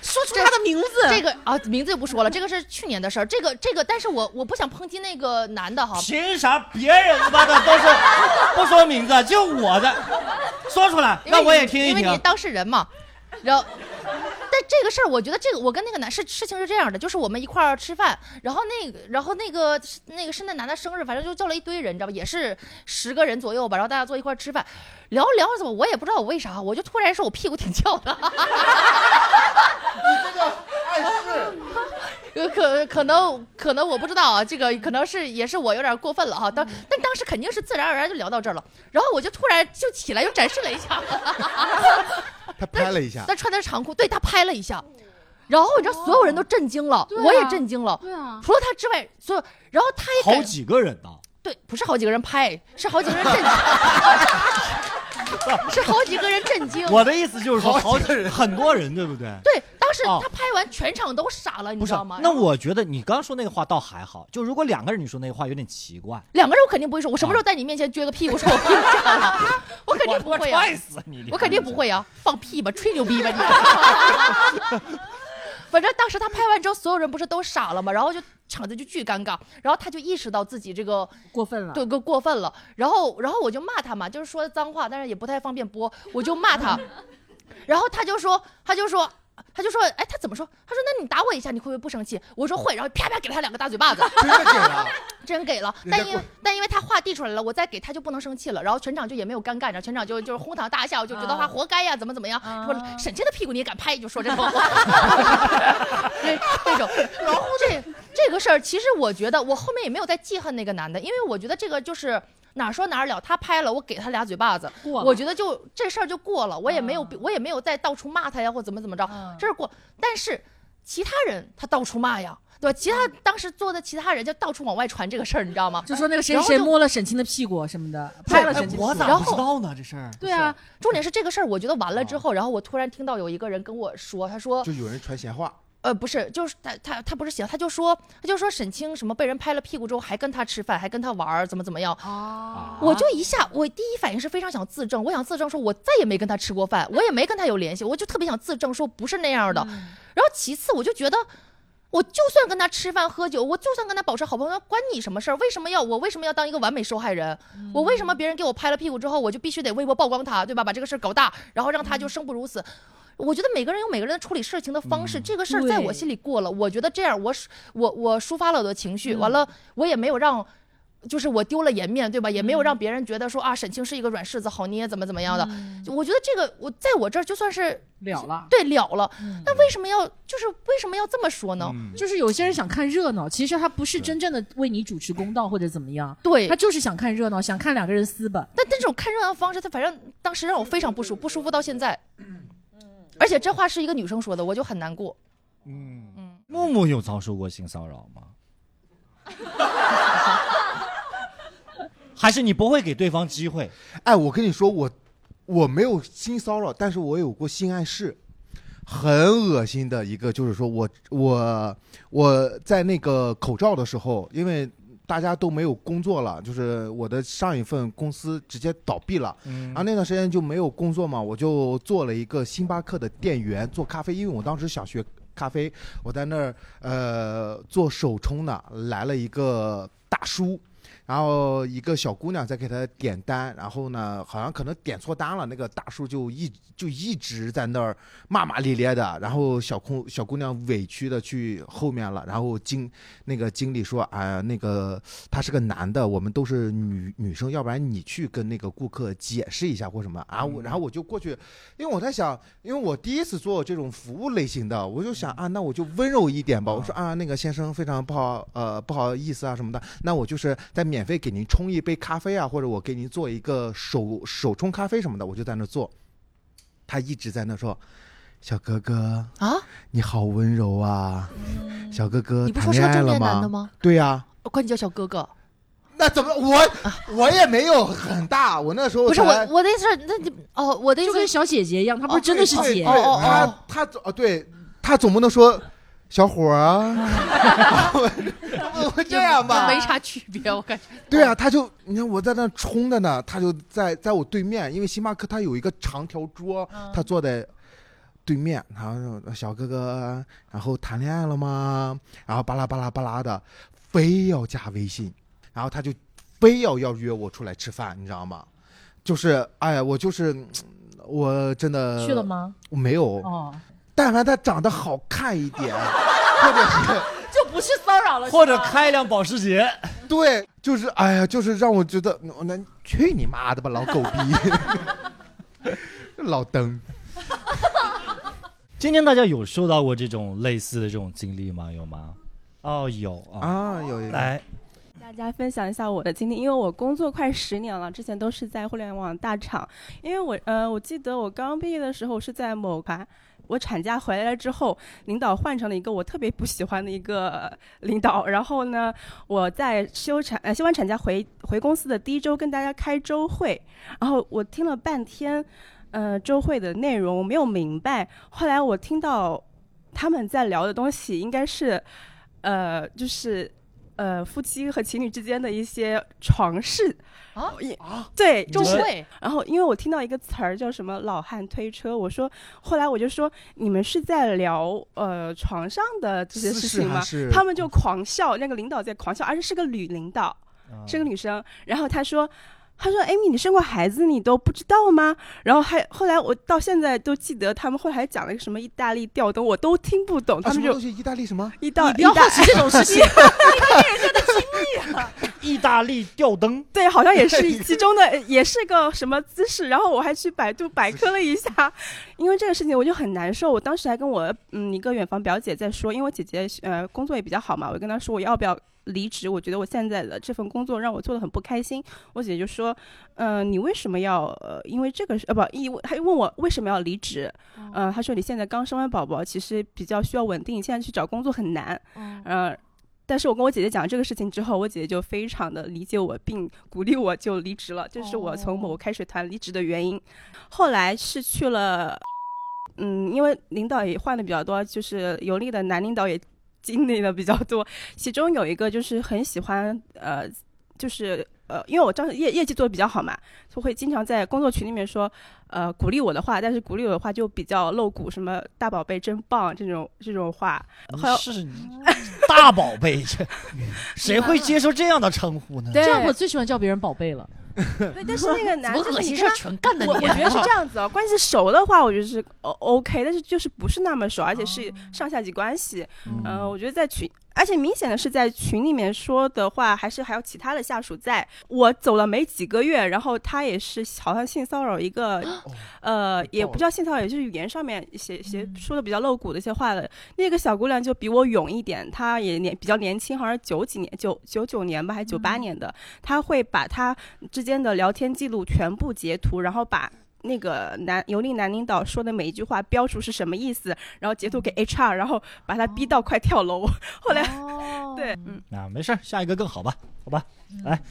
Speaker 11: 说出他的名字。
Speaker 4: 这个啊，名字就不说了，这个是去年的事儿。这个这个，但是我我不想抨击那个 男的哈，
Speaker 1: 凭啥别人他妈的都是不说名字，就我的说出来，
Speaker 4: 因为
Speaker 1: 那我也
Speaker 4: 你
Speaker 1: 听一
Speaker 4: 因为你
Speaker 1: 听。
Speaker 4: 当事人嘛。然后，但这个事儿，我觉得这个我跟那个男事事情是这样的，就是我们一块儿吃饭，然后那个然后那个那个是那男的生日，反正就叫了一堆人，你知道吧？也是十个人左右吧，然后大家坐一块儿吃饭，聊着聊着怎么我也不知道我为啥，我就突然说我屁股挺翘的。 呃，可可能可能我不知道啊，这个可能是也是我有点过分了哈、当但当时肯定是自然而然就聊到这儿了，然后我就突然就起来又展示了一下，
Speaker 2: 他拍了一
Speaker 1: 啊
Speaker 2: 下，
Speaker 4: 他穿的是长裤，对他拍了一下，然后你知道所有人都震惊了，
Speaker 9: 对啊
Speaker 4: 我也震惊了，
Speaker 9: 对啊，
Speaker 4: 除了他之外，所有然后他也
Speaker 1: 好
Speaker 4: 感
Speaker 1: 几个人呢，
Speaker 4: 对，不是好几个人拍，是好几个人 震惊， 是好几个人震惊。
Speaker 1: 我的意思就是说，
Speaker 2: 好
Speaker 1: 好
Speaker 2: 几
Speaker 1: 几
Speaker 2: 个人
Speaker 1: 很多人，对不对？
Speaker 4: 嗯对，当时
Speaker 1: 哦
Speaker 4: 他拍完全场都傻了，你
Speaker 1: 不
Speaker 4: 知
Speaker 1: 是
Speaker 4: 道吗？，
Speaker 1: 那我觉得你刚说那个话倒还好，就如果两个人你说那个话有点奇怪，
Speaker 4: 两个人我肯定不会说，我什么时候在你面前撅个屁股说我屁股翘 了？我肯定不
Speaker 1: 我
Speaker 4: 会呀、啊
Speaker 1: 踹死你！
Speaker 4: 我肯定不会啊呀、放屁吧，吹牛逼吧你！反正当时他拍完之后，所有人不是都傻了吗？然后就场子就巨尴尬，然后他就意识到自己这个
Speaker 5: 过分了。
Speaker 4: 对个过分了，然后然后我就骂他嘛，就是说脏话，但是也不太方便播，我就骂他，然后他就说他就说。他就说，哎，他怎么说？他说，那你打我一下，你会不会不生气？我说会，然后啪啪给了他两个大嘴巴子，
Speaker 2: 真的给了，
Speaker 4: 真给了。
Speaker 2: 人家
Speaker 4: 但因为
Speaker 2: 过
Speaker 4: 但因为他话递出来了，我再给他就不能生气了，然后全场就也没有尴尬，然后全场就就是哄堂大笑，就觉得他活该呀，怎么怎么样？说沈清的屁股你也敢拍，就说这种话，这这种，然后这这个事儿，其实我觉得我后面也没有再记恨那个男的，因为我觉得这个就是。哪说哪儿了，他拍了，我给他俩嘴巴子，
Speaker 5: 过嗯了
Speaker 4: 我觉得就这事儿就过了，我也没有，我也没有再到处骂他呀，或怎么怎么着，
Speaker 5: 嗯
Speaker 4: 这事儿过。但是其他人他到处骂呀，对吧？其他当时坐的其他人就到处往外传这个事儿，你知道吗？
Speaker 5: 嗯就说那个谁
Speaker 4: 然后
Speaker 5: 谁
Speaker 4: 就
Speaker 5: 摸了沈清的屁股什么的，拍了沈清的屁股。
Speaker 12: 哎我咋不知道呢？这事儿
Speaker 4: 对啊，重点是这个事儿，我觉得完了
Speaker 5: 嗯
Speaker 4: 之后，然后我突然听到有一个人跟我说，他 说
Speaker 2: 就有人传闲话，
Speaker 4: 呃，不是，就是他他他不是写，他就说他就说沈清什么被人拍了屁股之后还跟他吃饭，还跟他玩儿，怎么怎么样。
Speaker 5: 啊
Speaker 4: 我就一下，我第一反应是非常想自证，我想自证说我再也没跟他吃过饭，我也没跟他有联系，我就特别想自证说不是那样的。然后其次，我就觉得。我就算跟他吃饭喝酒，我就算跟他保持好朋友，关你什么事儿？为什么要我为什么要当一个完美受害人？我为什么别人给我拍了屁股之后，我就必须得微博曝光他，对吧？把这个事儿搞大，然后让他就生不如死。我觉得每个人有每个人处理事情的方式，这个事儿在我
Speaker 5: 对
Speaker 4: 心里过了。我觉得这样，我舒我我抒发了我的情绪，完了我也没有让，就是我丢了颜面，对吧？也没有让别人觉得说啊，沈清是一个软柿子，好捏，怎么怎么样的。就我觉得这个我在我这儿就算是
Speaker 5: 了了。
Speaker 4: 对了了，那为什么要就是为什么要这么说呢？
Speaker 12: 嗯
Speaker 5: 就是有些人想看热闹，其实他不是真正的为你主持公道或者怎么样，
Speaker 4: 对
Speaker 5: 他就是想看热闹，想看两个人撕吧。
Speaker 4: 但但这种看热闹的方式，他反正当时让我非常不舒服，不舒服到现在。
Speaker 8: 嗯
Speaker 4: 而且这话是一个女生说的，我就很难过。
Speaker 1: 木木有遭受过性骚扰吗？ 还是你不会给对方机会？
Speaker 2: 哎，我跟你说，我我没有性骚扰，但是我有过性暗示，很恶心的一个，就是说我我我在那个口罩的时候，因为大家都没有工作了，就是我的上一份公司直接倒闭了，然后那段时间就没有工作嘛，我就做了一个星巴克的店员，做咖啡，因为我当时想学。咖啡，我在那儿呃做手冲呢，来了一个大叔，然后一个小姑娘在给他点单，然后呢，好像可能点错单了，那个大叔就一就一直在那儿骂骂咧咧的，然后小姑小姑娘委屈的去后面了，然后经那个经理说，哎呀，那个他是个男的，我们都是女女生，要不然你去跟那个顾客解释一下或什么啊，我然后我就过去，因为我在想，因为我第一次做这种服务类型的，我就想
Speaker 4: 嗯
Speaker 2: 啊，那我就温柔一点吧，我
Speaker 4: 哦
Speaker 2: 说啊，那个先生非常不好，呃，不好意思啊什么的，那我就是在免费给您冲一杯咖啡啊，或者我给您做一个手手冲咖啡什么的，我就在那做。他一直在那说：“小哥哥
Speaker 4: 啊，
Speaker 2: 你好温柔啊，小哥哥
Speaker 4: 你不
Speaker 2: 呃谈恋
Speaker 4: 说是个
Speaker 2: 爱
Speaker 4: 中
Speaker 2: 了
Speaker 4: 年男的吗？
Speaker 2: 对呀、
Speaker 4: 我管你叫小哥哥，
Speaker 2: 那怎么我我也没有很大，我那时候
Speaker 4: 不是
Speaker 2: 才
Speaker 4: 我，我的意思是，那你哦，我的意
Speaker 5: 就
Speaker 4: 思
Speaker 5: 跟
Speaker 4: 是
Speaker 5: 小姐姐一样，她不
Speaker 2: 哦
Speaker 5: 是真的是
Speaker 2: 对
Speaker 5: 姐，
Speaker 2: 对
Speaker 4: 哦哦
Speaker 2: 他他哦，对他总不能说小伙儿啊， 我我这样吧，
Speaker 4: 没啥区别，我感觉。
Speaker 2: 对啊，他就你看我在那冲着呢，他就在在我对面，因为星巴克它有一个长条桌，
Speaker 4: 嗯
Speaker 2: 他坐在对面，然后说小哥哥，然后谈恋爱了吗？然后巴拉巴拉巴拉的，非要加微信，然后他就非要要约我出来吃饭，你知道吗？就是哎呀，我就是嗯我真的
Speaker 5: 去了？吗？
Speaker 2: 我没有，
Speaker 5: 哦，
Speaker 2: 但凡他长得好看一点， 或者是。
Speaker 11: 就不是骚扰了，
Speaker 1: 或者开一辆保时捷？
Speaker 2: 对，就是哎呀，就是让我觉得，嗯那去你妈的吧，老狗逼， 老登。
Speaker 1: 今天大家有受到过这种类似的这种经历吗？有吗？哦，有啊。
Speaker 2: 啊，有一个
Speaker 1: 来，
Speaker 8: 大家分享一下我的经历，因为我工作快十年了，之前都是在互联网大厂。因为我呃，我记得我刚毕业的时候是在某团，我产假回来了之后，领导换成了一个我特别不喜欢的一个呃领导。然后呢，我在休产呃休完产假回回公司的第一周跟大家开周会，然后我听了半天，呃，周会的内容我没有明白。后来我听到他们在聊的东西应该是，呃，就是呃夫妻和情侣之间的一些床事
Speaker 4: 啊
Speaker 8: 也对，
Speaker 4: 周
Speaker 8: 就是。
Speaker 4: 慧，
Speaker 8: 然后因为我听到一个词儿叫什么“老汉推车”，我说后来我就说你们是在聊呃床上的这些
Speaker 2: 私
Speaker 8: 事
Speaker 2: 事
Speaker 8: 情
Speaker 2: 还
Speaker 8: 吗？
Speaker 2: 是嗯
Speaker 8: 他们就狂笑，那个领导在狂笑，而且是个女领导。
Speaker 2: 啊
Speaker 1: 嗯
Speaker 8: 是个女生，然后她说。她说：“Amy，你生过孩子，你都不知道吗？”然后还后来我到现在都记得，他们后来还讲了一个什么意大利吊灯，我都听不懂。
Speaker 2: 啊
Speaker 8: 他
Speaker 2: 什
Speaker 8: 们
Speaker 2: 么
Speaker 8: 就
Speaker 2: 东西？意大利什么？
Speaker 8: 意大
Speaker 5: 你不要
Speaker 8: 意大
Speaker 5: 好奇这种事情，
Speaker 1: 意大利吊灯，
Speaker 8: 对，好像也是其中的，呃也是个什么姿势。然后我还去百度百科了一下， 因为这个事情我就很难受。我当时还跟我嗯一个远房表姐在说，因为我姐姐呃工作也比较好嘛，我跟她说我要不要离职？我觉得我现在的这份工作让我做的很不开心。我姐姐就说，嗯、你为什么要呃因为这个事呃不，因为她问我为什么要离职？嗯、她说你现在刚生完宝宝，其实比较需要稳定，现在去找工作很难。
Speaker 9: 嗯
Speaker 8: 呃，但是我跟我姐姐讲这个事情之后，我姐姐就非常的理解我，并鼓励我就离职了，这是我从某开水团离职的原因。后来是去了，嗯，因为领导也换的比较多，就是有力的男领导也经历的比较多，其中有一个就是很喜欢呃，就是。呃，因为我当时业业绩做的比较好嘛，就会经常在工作群里面说，呃，鼓励我的话，但是鼓励我的话就比较露骨，什么大宝贝真棒这种这种话。后来
Speaker 1: 是你大宝贝，这谁会接受这样的称呼呢？
Speaker 5: 这样我最喜欢叫别人宝贝了。
Speaker 8: 对，但是那个男
Speaker 5: 怎么
Speaker 8: 就是
Speaker 5: 恶
Speaker 8: 你
Speaker 5: 心
Speaker 8: 跟
Speaker 5: 事
Speaker 8: 他
Speaker 5: 儿全干的
Speaker 8: 我
Speaker 5: 你啊
Speaker 8: 我觉得是 这样子哦，关系熟的话，我觉得是 O OK，但是就是不是那么熟，而且是上下级关系。嗯、我觉得在群，而且明显的是在群里面说的话，还是还有其他的下属在。我走了没几个月，然后他也是好像性骚扰一个，呃，也不知道性骚扰，也就是语言上面写写说的比较露骨的一些话了。那个小姑娘就比我勇一点，她也年比较年轻，好像是九几年九九九年吧，还是九八年的。她会把她之间的聊天记录全部截图，然后把。那个男尤令男领导说的每一句话标注是什么意思，然后截图给 HR，然后把他逼到快跳楼。后来，对，嗯，
Speaker 1: 啊，没事儿，下一个更好吧？好吧，来，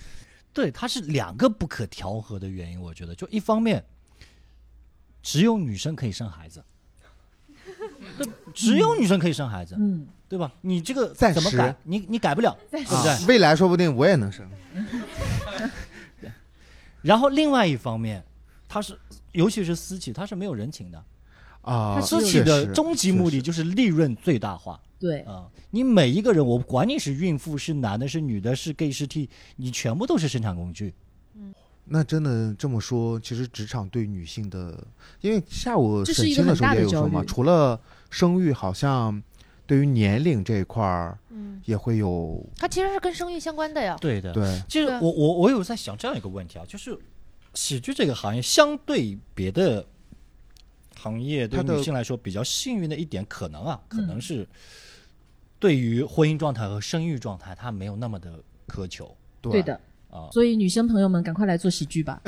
Speaker 1: 对，它是两个不可调和的原因，我觉得，就一方面，只有女生可以生孩子，对，只有女生可以生孩子，
Speaker 5: 嗯，
Speaker 1: 对吧？你这个
Speaker 2: 暂
Speaker 1: 怎么
Speaker 2: 时
Speaker 1: 改？你你改不了，对不对
Speaker 2: 啊？未来说不定我也能生。
Speaker 1: 然后另外一方面，它是尤其是私企，它是没有人情的，
Speaker 2: 啊，
Speaker 1: 私企
Speaker 2: 确
Speaker 1: 的
Speaker 2: 实
Speaker 1: 终极目的就是利润最大化。
Speaker 5: 对，
Speaker 1: 啊、你每一个人，我不管你是孕妇、是男的、是女的、是 gay、是 T，你全部都是生产工具。
Speaker 2: 那真的这么说，其实职场对女性的，因为下午
Speaker 5: 这是
Speaker 2: 沈
Speaker 5: 一个
Speaker 2: 清的
Speaker 5: 很
Speaker 2: 时候
Speaker 5: 大
Speaker 2: 也
Speaker 5: 的
Speaker 2: 有说
Speaker 5: 焦
Speaker 2: 嘛，
Speaker 5: 虑
Speaker 2: 除了生育，好像对于年龄这一块儿，
Speaker 5: 嗯
Speaker 2: 也会有
Speaker 4: 它其实是跟生育相关的呀。
Speaker 1: 对的，
Speaker 2: 对
Speaker 1: 其实
Speaker 5: 啊
Speaker 4: 对
Speaker 1: 我我我有在想这样一个问题啊，就是喜剧这个行业相对别的行业对于
Speaker 2: 它的
Speaker 1: 女性来说比较幸运的一点，可能啊，可
Speaker 5: 嗯
Speaker 1: 能是对于婚姻状态和生育状态，它没有那么的苛求
Speaker 5: 对的。
Speaker 1: 啊。
Speaker 5: 所以女生朋友们，赶快来做喜剧吧，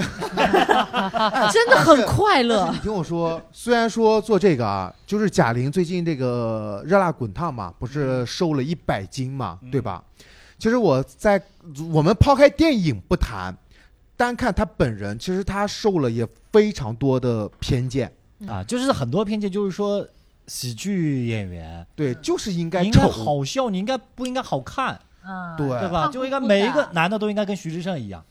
Speaker 5: 真的很 快乐
Speaker 2: 你。听我说，虽然说做这个啊，就是贾玲最近这个热辣滚烫嘛，不是瘦了一百斤嘛，对吧？其实我在我们抛开电影不谈，单看她本人，其实她受了也非常多的偏见。
Speaker 5: 嗯
Speaker 1: 啊，就是很多偏见，就是说喜剧演员
Speaker 2: 对，就是应该
Speaker 1: 你应该
Speaker 2: 丑，
Speaker 1: 好笑，你应该不应该好看，
Speaker 5: 啊，
Speaker 2: 对
Speaker 1: 对吧？
Speaker 5: 胖乎
Speaker 1: 就应该
Speaker 5: 乎
Speaker 1: 每一
Speaker 5: 的
Speaker 1: 个男的都应该跟徐志胜一样。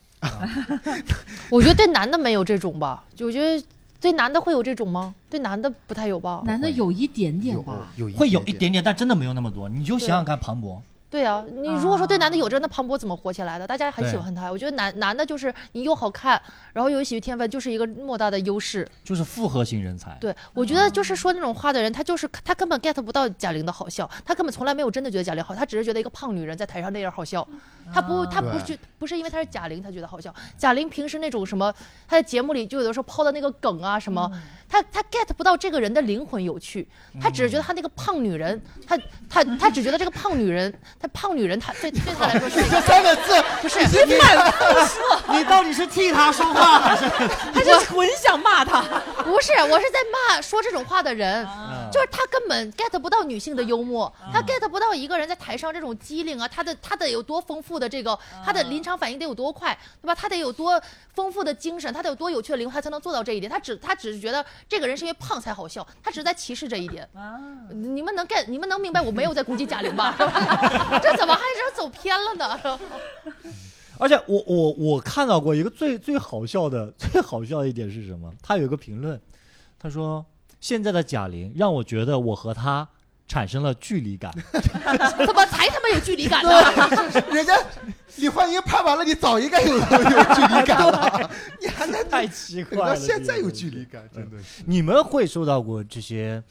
Speaker 4: 我觉得对男的没有这种吧，就我觉得对男的会有这种吗？对男的不太有吧？
Speaker 5: 男的有一点点
Speaker 2: 有
Speaker 5: 吧，
Speaker 2: 有一
Speaker 1: 会有一点点，但真的没有那么多。你就想想看，庞博，
Speaker 4: 对啊，你如果说对男的有这，那庞博怎么火起来的？大家很喜欢他。我觉得男男的就是你又好看，然后又有喜剧天分，就是一个莫大的优势。
Speaker 1: 就是复合型人才。
Speaker 4: 对我觉得就是说那种话的人，他就是他根本 get 不到贾玲的好笑，他根本从来没有真的觉得贾玲好，他只是觉得一个胖女人在台上那样好笑。他不，他不
Speaker 2: 对
Speaker 4: 是觉不是因为她是贾玲，他觉得好笑。贾玲平时那种什么，她在节目里就有的时候抛的那个梗啊什么，他他 get 不到这个人的灵魂有趣，他只是觉得他那个胖女人，他他他只觉得这个胖女人，她胖女人，她对对她来说是一个
Speaker 2: 三个字，
Speaker 4: 不是
Speaker 1: 你到底是替他说话还是？
Speaker 11: 他是纯想骂 他。
Speaker 4: 不是，我是在骂说这种话的人，
Speaker 1: 啊
Speaker 4: 就是他根本 get 不到女性的幽默，他 get 不到一个人在台上这种机灵啊，他的他得有多丰富的这个，他的临场反应得有多快，对吧？他得有多丰富的精神，他得有多有趣的灵魂，他才能做到这一点。他只他只是觉得这个人是因为胖才好笑，他只是在歧视这一点。你们能 get，你们能明白我没有在攻击贾玲吧？ 是吧这怎么还是走偏了呢？是吧
Speaker 1: 而且我我我看到过一个最最好笑的 最好笑的一点是什么？他有一个评论，他说现在的贾玲让我觉得我和她产生了距离 感。
Speaker 4: 怎么才他妈有距离感呢？
Speaker 2: 人家李焕英拍完了，你早应该有有距离感了，你还能
Speaker 1: 太奇
Speaker 2: 等
Speaker 1: 怪
Speaker 2: 到
Speaker 1: 了，
Speaker 2: 现
Speaker 1: 这
Speaker 2: 在
Speaker 1: 个
Speaker 2: 有
Speaker 1: 东西
Speaker 2: 距离感，真的是。
Speaker 1: 你们会受到过这些，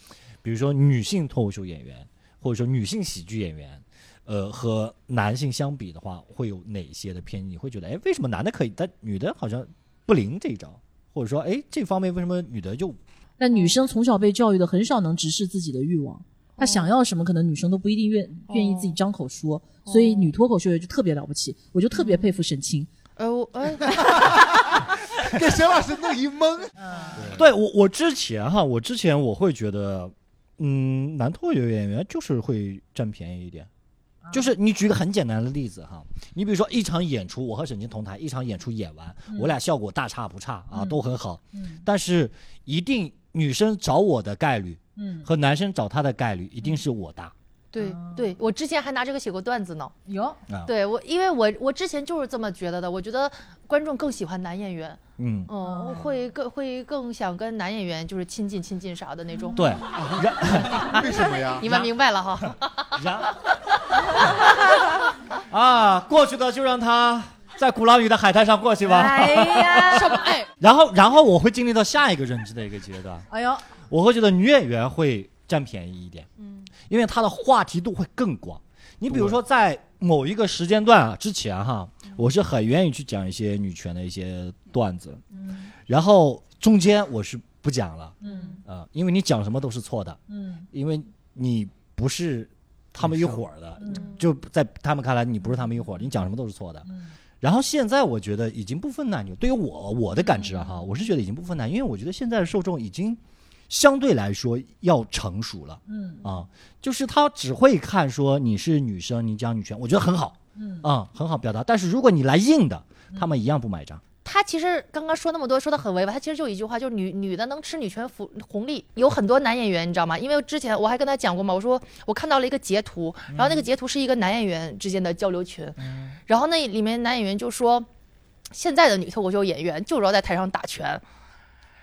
Speaker 1: 比如说女性脱口秀演员，或者说女性喜剧演员，呃，和男性相比的话，会有哪些的偏见？你会觉得，哎，为什么男的可以，但女的好像不灵这一招，或者说，哎，这方面为什么女的就
Speaker 5: 那女生从小被教育的很少能直视自己的欲望，她想要什么，可能女生都不一定愿愿意自己张口说，所以女脱口秀就特别了不起，我就特别佩服沈清。
Speaker 4: 呃，我哎，
Speaker 2: 给沈老师弄一懵。
Speaker 1: 对我，我之前哈，我之前我会觉得，嗯，男脱口秀演员就是会占便宜一点。就是你举个很简单的例子哈，你比如说一场演出，我和沈清同台，一场演出演完，我俩效果大差不差啊，都很好，
Speaker 5: 嗯
Speaker 1: 但是一定女生找我的概率，嗯，和男生找她的概率一定是我大，
Speaker 4: 对对，我之前还拿这个写过段子呢。
Speaker 5: 哟，
Speaker 1: 啊
Speaker 4: 对我，因为我我之前就是这么觉得的，我觉得观众更喜欢男演员，
Speaker 1: 嗯，
Speaker 5: 哦
Speaker 4: 嗯，会更会更想跟男演员就是亲近亲近啥的那
Speaker 5: 嗯
Speaker 4: 种。
Speaker 1: 对，
Speaker 2: 为什么
Speaker 5: 啊
Speaker 2: 呀？
Speaker 4: 你们明白了哈？
Speaker 1: 然 啊，过去的就让他在鼓浪屿的海滩上过去吧。
Speaker 5: 呀，
Speaker 4: 什么？哎，
Speaker 1: 然后，然后我会经历到下一个认知的一个阶段，
Speaker 5: 哎呦，
Speaker 1: 我会觉得女演员会占便宜一点，嗯，因为她的话题度会更广。你比如说，在某一个时间段啊之前哈，
Speaker 5: 嗯
Speaker 1: 我是很愿意去讲一些女权的一些段子，嗯，然后中间我是不讲了，
Speaker 5: 嗯
Speaker 1: 啊、因为你讲什么都是错的，
Speaker 5: 嗯，
Speaker 1: 因为你不是他们一伙儿的，
Speaker 5: 嗯
Speaker 4: 嗯
Speaker 1: 就在他们看来你不是他们一伙儿的，你讲什么都是错的。然后现在我觉得已经不分男女，对于我我的感知啊哈，我是觉得已经不分男女，因为我觉得现在的受众已经相对来说要成熟了，嗯啊，就是他只会看说你是女生，你讲女权，我觉得很好，嗯啊很好表达，但是如果你来硬的，他们一样不买账。
Speaker 4: 他其实刚刚说那么多，说的很委婉，他其实就一句话，就是女女的能吃女权福红利。有很多男演员，你知道吗？因为之前我还跟他讲过嘛，我说我看到了一个截图，然后那个
Speaker 2: 嗯
Speaker 4: 截图是一个男演员之间的交流群，然后那里面男演员就说，现在的女脱口秀演员就是要在台上打拳。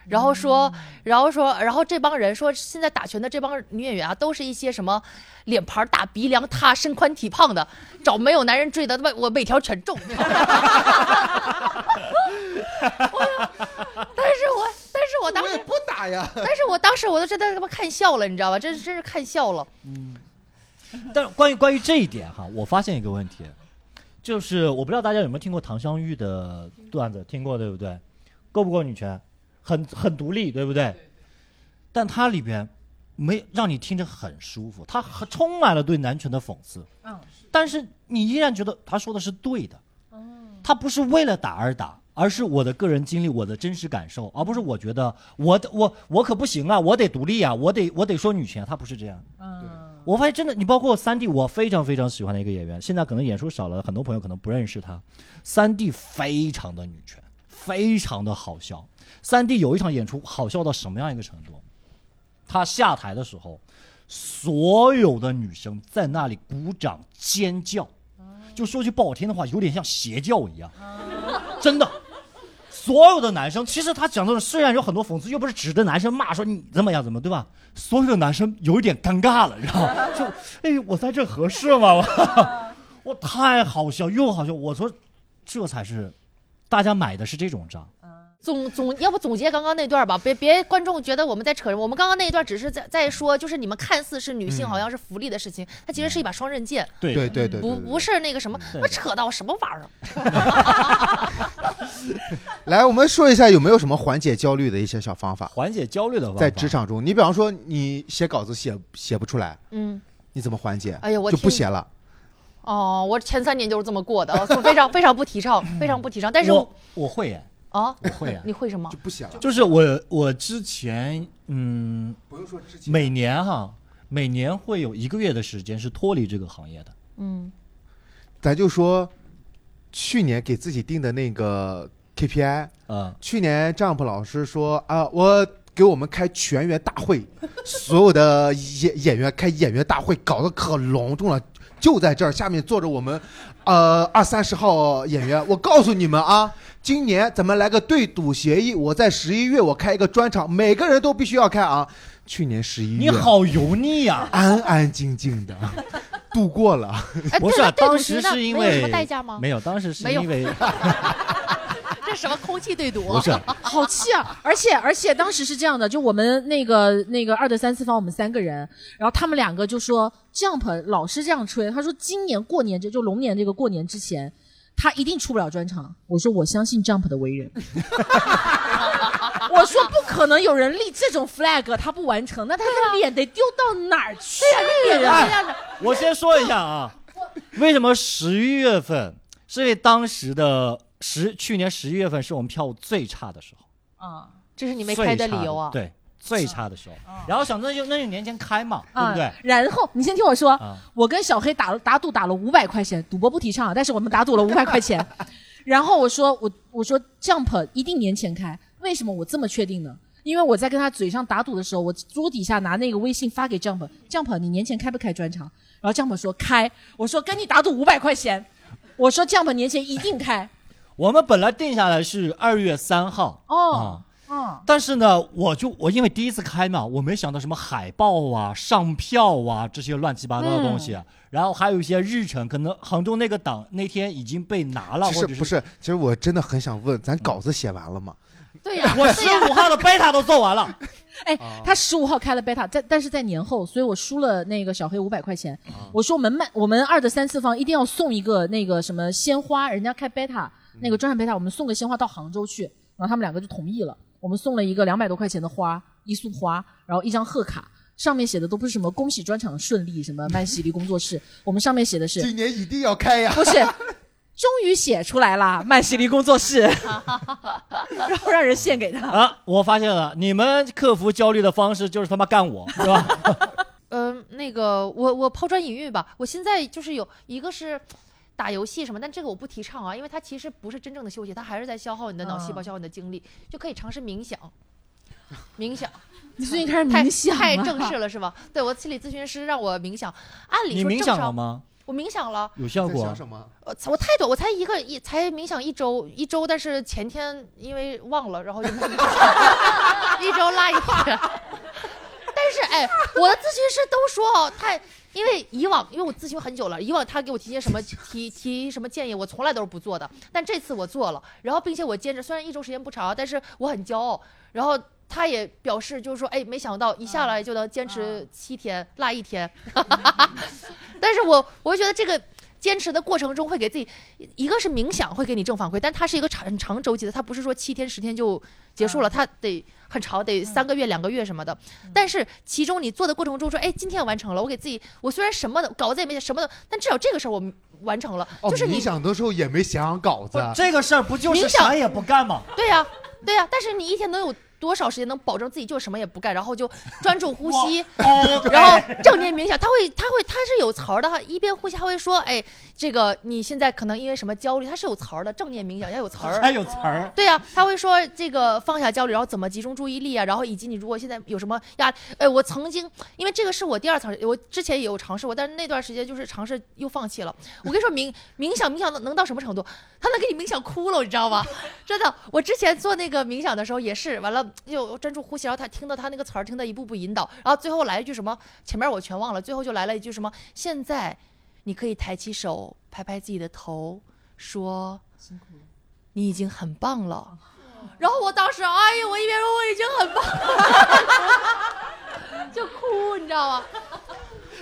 Speaker 4: 然后
Speaker 2: 嗯
Speaker 4: 说，然后说，然后这帮人说，现在打拳的这帮女演员啊，都是一些什么脸盘大、鼻梁塌、身宽体胖的，找没有男人追的，他妈 我每条全中。但是我，但是我当
Speaker 2: 我也
Speaker 4: 时，
Speaker 2: 不打呀。
Speaker 4: 但是我当时我都真的他妈看笑了，你知道吧？真是真是看笑了。
Speaker 1: 但是关于关于这一点哈，我发现一个问题，就是我不知道大家有没有听过唐湘玉的段子，听过对不对？够不够女权？很很独立，对不对？但它里边没让你听着很舒服，它很充满了对男权的讽刺。
Speaker 5: 嗯
Speaker 1: 但是你依然觉得他说的是对的。他不是为了打而打，而是我的个人经历，我的真实感受，而不是我觉得我的我我可不行啊，我得独立啊，我得我得说女权，他不是这样。
Speaker 5: 嗯，
Speaker 1: 我发现真的，你包括三弟，我非常非常喜欢的一个演员，现在可能演出少了，很多朋友可能不认识他。三弟非常的女权，非常的好笑。三弟有一场演出好笑到什么样一个程度？他下台的时候，所有的女生在那里鼓掌尖叫，就说句不好听的话，有点像邪教一样，真的。所有的男生，其实他讲的是虽然有很多讽刺，又不是指着男生骂说你怎么样怎么，对吧？所有的男生有一点尴尬了，你知道 吗？就，哎，我在这合适吗？ 我，我太好笑又好笑，我说，这才是，大家买的是这种账，
Speaker 4: 总总，要不总结刚刚那段吧，别别观众觉得我们在扯。我们刚刚那一段只是在在说，就是你们看似是女性，好像是福利的事情，它其实是一把双刃剑，
Speaker 1: 嗯对
Speaker 2: 对对对，
Speaker 4: 不
Speaker 2: 对
Speaker 4: 不。是那个什么，
Speaker 1: 对
Speaker 4: 那扯到什么玩意儿？
Speaker 2: 来，我们说一下有没有什么缓解焦虑的一些小方法，
Speaker 1: 缓解焦虑的方法。
Speaker 2: 在职场中，你比方说你写稿子写写不出来，
Speaker 4: 嗯，
Speaker 2: 你怎么缓解？
Speaker 4: 哎呀我
Speaker 2: 就不
Speaker 4: 听
Speaker 2: 写了。
Speaker 4: 哦，我前三年就是这么过的，哦非常非常不提倡，非常不提倡。但是
Speaker 1: 我我会耶，
Speaker 4: 啊，
Speaker 1: 我会 耶，
Speaker 4: 你会什么
Speaker 2: 就？不写了，
Speaker 1: 就是我我之前嗯，
Speaker 2: 不用说之前
Speaker 1: 每年哈，每年会有一个月的时间是脱离这个行业的。
Speaker 4: 嗯，
Speaker 2: 咱就说去年给自己定的那个 KPI，
Speaker 1: 嗯，
Speaker 2: 去年丈普老师说啊，我给我们开全员大会， 所有的演演员开演员大会，搞得可隆重了。就在这儿，下面坐着我们，呃，二三十号演员。我告诉你们啊，今年咱们来个对赌协议。我在十一月我开一个专场，每个人都必须要开啊。去年十一月，
Speaker 1: 你，好油腻啊呀、
Speaker 2: 安安静静 的度过了。
Speaker 4: 哎，
Speaker 1: 不
Speaker 4: 对
Speaker 1: 是啊
Speaker 4: 了，对
Speaker 1: 当
Speaker 4: 不
Speaker 1: 时
Speaker 4: 起呢
Speaker 1: 是因
Speaker 4: 没有什么
Speaker 1: 为
Speaker 4: 代价吗？
Speaker 1: 没有，当时是
Speaker 4: 没有
Speaker 1: 因为
Speaker 4: 这什么空气对
Speaker 1: 不
Speaker 4: 赌？
Speaker 1: 是
Speaker 5: 好气啊！ 而且而且当时是这样的，就我们那个那个二的三次方，我们三个人，然后他们两个就说，Jump 老是这样吹，他说今年过年这就龙年这个过年之前，他一定出不了专场。我说我相信 Jump 的为人，我说不可能有人立这种 flag 他不完成，那他的脸得丢到哪儿去啊？
Speaker 1: 我先说一下啊，为什么十一月份？是因为当时的十去年十一月份是我们票务最差的时候，
Speaker 5: 嗯
Speaker 4: 这是你没开的理由啊！
Speaker 1: 最差的
Speaker 4: 嗯
Speaker 1: 对，最差的时候。然后想那就那就年前开嘛，对不对？
Speaker 5: 啊，然后你先听我说，
Speaker 1: 啊
Speaker 5: 我跟小黑打了打赌打了五百块钱，赌博不提倡啊，但是我们打赌了五百块钱。然后我说我我说 Jump 一定年前开，为什么我这么确定呢？因为我在跟他嘴上打赌的时候，我桌底下拿那个微信发给 Jump，Jump 你年前开不开专场？然后 Jump 说开，我说跟你打赌五百块钱，我说 Jump 年前一定开，
Speaker 1: 我们本来定下来是二月三号
Speaker 5: 哦
Speaker 1: 啊，
Speaker 4: 嗯
Speaker 1: 但是呢，我就我因为第一次开嘛，我没想到什么海报啊、上票啊这些乱七八糟的东西，啊
Speaker 4: 嗯
Speaker 1: 然后还有一些日程，可能杭州那个档那天已经被拿了，
Speaker 2: 其
Speaker 1: 或
Speaker 2: 实
Speaker 1: 者
Speaker 2: 不是，其实我真的很想问，咱稿子写完了吗？
Speaker 4: 对呀，
Speaker 1: 我十五号的 beta 都做完 了，
Speaker 5: 哎，他十五号开了 beta，在但是在年后，所以我输了那个小黑五百块钱。我说我们卖我们二的三次方一定要送一个那个什么鲜花，人家开 beta 那个专场 beta，我们送个鲜花到杭州去。然后他们两个就同意了，我们送了一个两百多块钱的花，一束花，然后一张贺卡。上面写的都不是什么恭喜专场顺利，什么曼喜力工作室，我们上面写的是
Speaker 2: 今年一定要开呀！
Speaker 5: 不是，终于写出来啦，曼喜力工作室，然后让人献给他。
Speaker 1: 啊，我发现了，你们克服焦虑的方式就是他妈干 我，是吧？
Speaker 4: 嗯，那个我我抛砖引玉吧，我现在就是有一个是。打游戏什么，但这个我不提倡啊，因为它其实不是真正的休息，它还是在消耗你的脑细
Speaker 5: 嗯
Speaker 4: 胞，消耗你的精力，就可以尝试冥想。冥想
Speaker 5: 你最近开始
Speaker 4: 太
Speaker 5: 冥想
Speaker 4: 太
Speaker 5: 了
Speaker 4: 正式了是吧？对我心理咨询师让我冥想，按理
Speaker 1: 你
Speaker 4: 说
Speaker 1: 冥
Speaker 4: 正
Speaker 1: 想了
Speaker 4: 常，
Speaker 1: 吗？
Speaker 4: 我冥想了，
Speaker 1: 有效
Speaker 2: 在
Speaker 1: 果
Speaker 2: 想？什么？
Speaker 4: 我才我太短，我才一个一才冥想一周，一周，但是前天因为忘了，然后就没有冥想 一周拉一天。但是哎，我的咨询师都说哦，他因为以往因为我咨询很久了，以往他给我提些什么提提什么建议，我从来都是不做的，但这次我做了，然后并且我坚持，虽然一周时间不长，但是我很骄傲，然后。他也表示，就是说，哎，没想到一下
Speaker 2: 嗯
Speaker 4: 来就能坚持七天，落一天。但是我，我觉得这个坚持的过程中会给自己，一个是冥想会给你正反馈，但它是一个长很长周期的，它不是说七天十天就结束了，
Speaker 2: 嗯
Speaker 4: 它得很长，得三个月两个月什么的。但是其中你做的过程中说，哎，今天完成了，我给自己，我虽然什么的稿子也没写，什么的，但至少这个事儿我完成了，
Speaker 2: 哦，
Speaker 4: 就是
Speaker 2: 冥
Speaker 4: 你
Speaker 2: 想的时候也没想稿子，啊
Speaker 1: 这个事儿不就是
Speaker 4: 冥想
Speaker 1: 啥也不干吗？
Speaker 4: 对呀、对呀、但是你一天能有多少时间能保证自己就什么也不干，然后就专注呼吸， 然后正念冥想，他会他会他是有词儿的，他一边呼吸他会说，哎，这个你现在可能因为什么焦虑，他是有词儿的，正念冥想要有词儿。
Speaker 1: 还有词儿，
Speaker 4: 对呀、啊他会说这个放下焦虑，然后怎么集中注意力啊，然后以及你如果现在有什么压，哎，我曾经因为这个是我第二次，我之前也有尝试过，但是那段时间就是尝试又放弃了。我跟你说，冥冥想冥想能能到什么程度？他能给你冥想哭了，你知道吗？真的，我之前做那个冥想的时候也是，完了又专注呼吸，然后他听到他那个词儿，听到一步步引导，然后最后来一句什么，前面我全忘了，最后就来了一句什么，现在你可以抬起手，拍拍自己的头，说。你已经很棒了。然后我当时，哎呀，我一边说我已经很棒了， 就哭，你知道吗？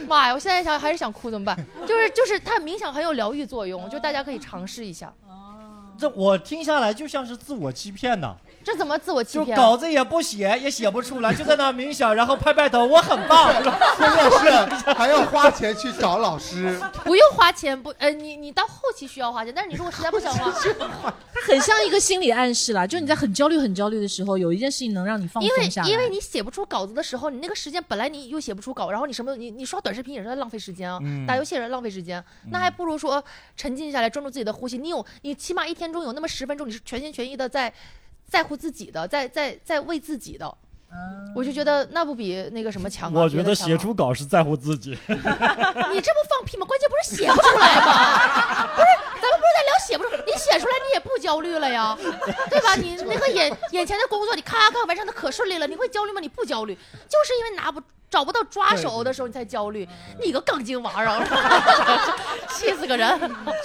Speaker 4: 妈呀！我现在想还是想哭，怎么办？就是就是，它冥想很有疗愈作用，就大家可以尝试一下。
Speaker 1: 这我听下来就像是自我欺骗呐，
Speaker 4: 这怎么自我欺
Speaker 1: 就
Speaker 4: 骗？啊
Speaker 1: 稿子也不写，也写不出来，就在那冥想，然后拍拍头，我很 棒。
Speaker 2: 关键是 还要花钱去找老 师。
Speaker 4: 不用花钱，不，呃，你你到后期需要花钱，但是你如果实在不想 花，
Speaker 5: 很像一个心理暗示啦，就你在很焦虑、很焦虑的时候，有一件事情能让你放
Speaker 4: 因
Speaker 5: 松下
Speaker 4: 为
Speaker 5: 来。
Speaker 4: 因为你写不出稿子的时候，你那个时间本来你又写不出稿，然后你什么你你刷短视频也是在浪费时间啊，
Speaker 5: 嗯
Speaker 4: 打游戏也是浪费时间，啊
Speaker 1: 嗯
Speaker 4: 那还不如说沉浸下来，专注自己的呼吸。你有你起码一天中有那么十分钟，你是全心全意的在在乎自己的，在在在为自己的。我就觉得那不比那个什么强啊！别的强啊
Speaker 1: 稿是在乎自 己，
Speaker 4: 你 这不放屁吗？关键不是写不出来吗？不是，咱们不是在聊写不出，你写出来你也不焦焦虑了呀，对吧？你那个眼眼前的工作，你咔咔完成的可顺利了，你会焦虑吗？你不焦虑，就是因为拿不找不到抓手的时候，你才焦虑。你个杠精玩意儿， 气死个人！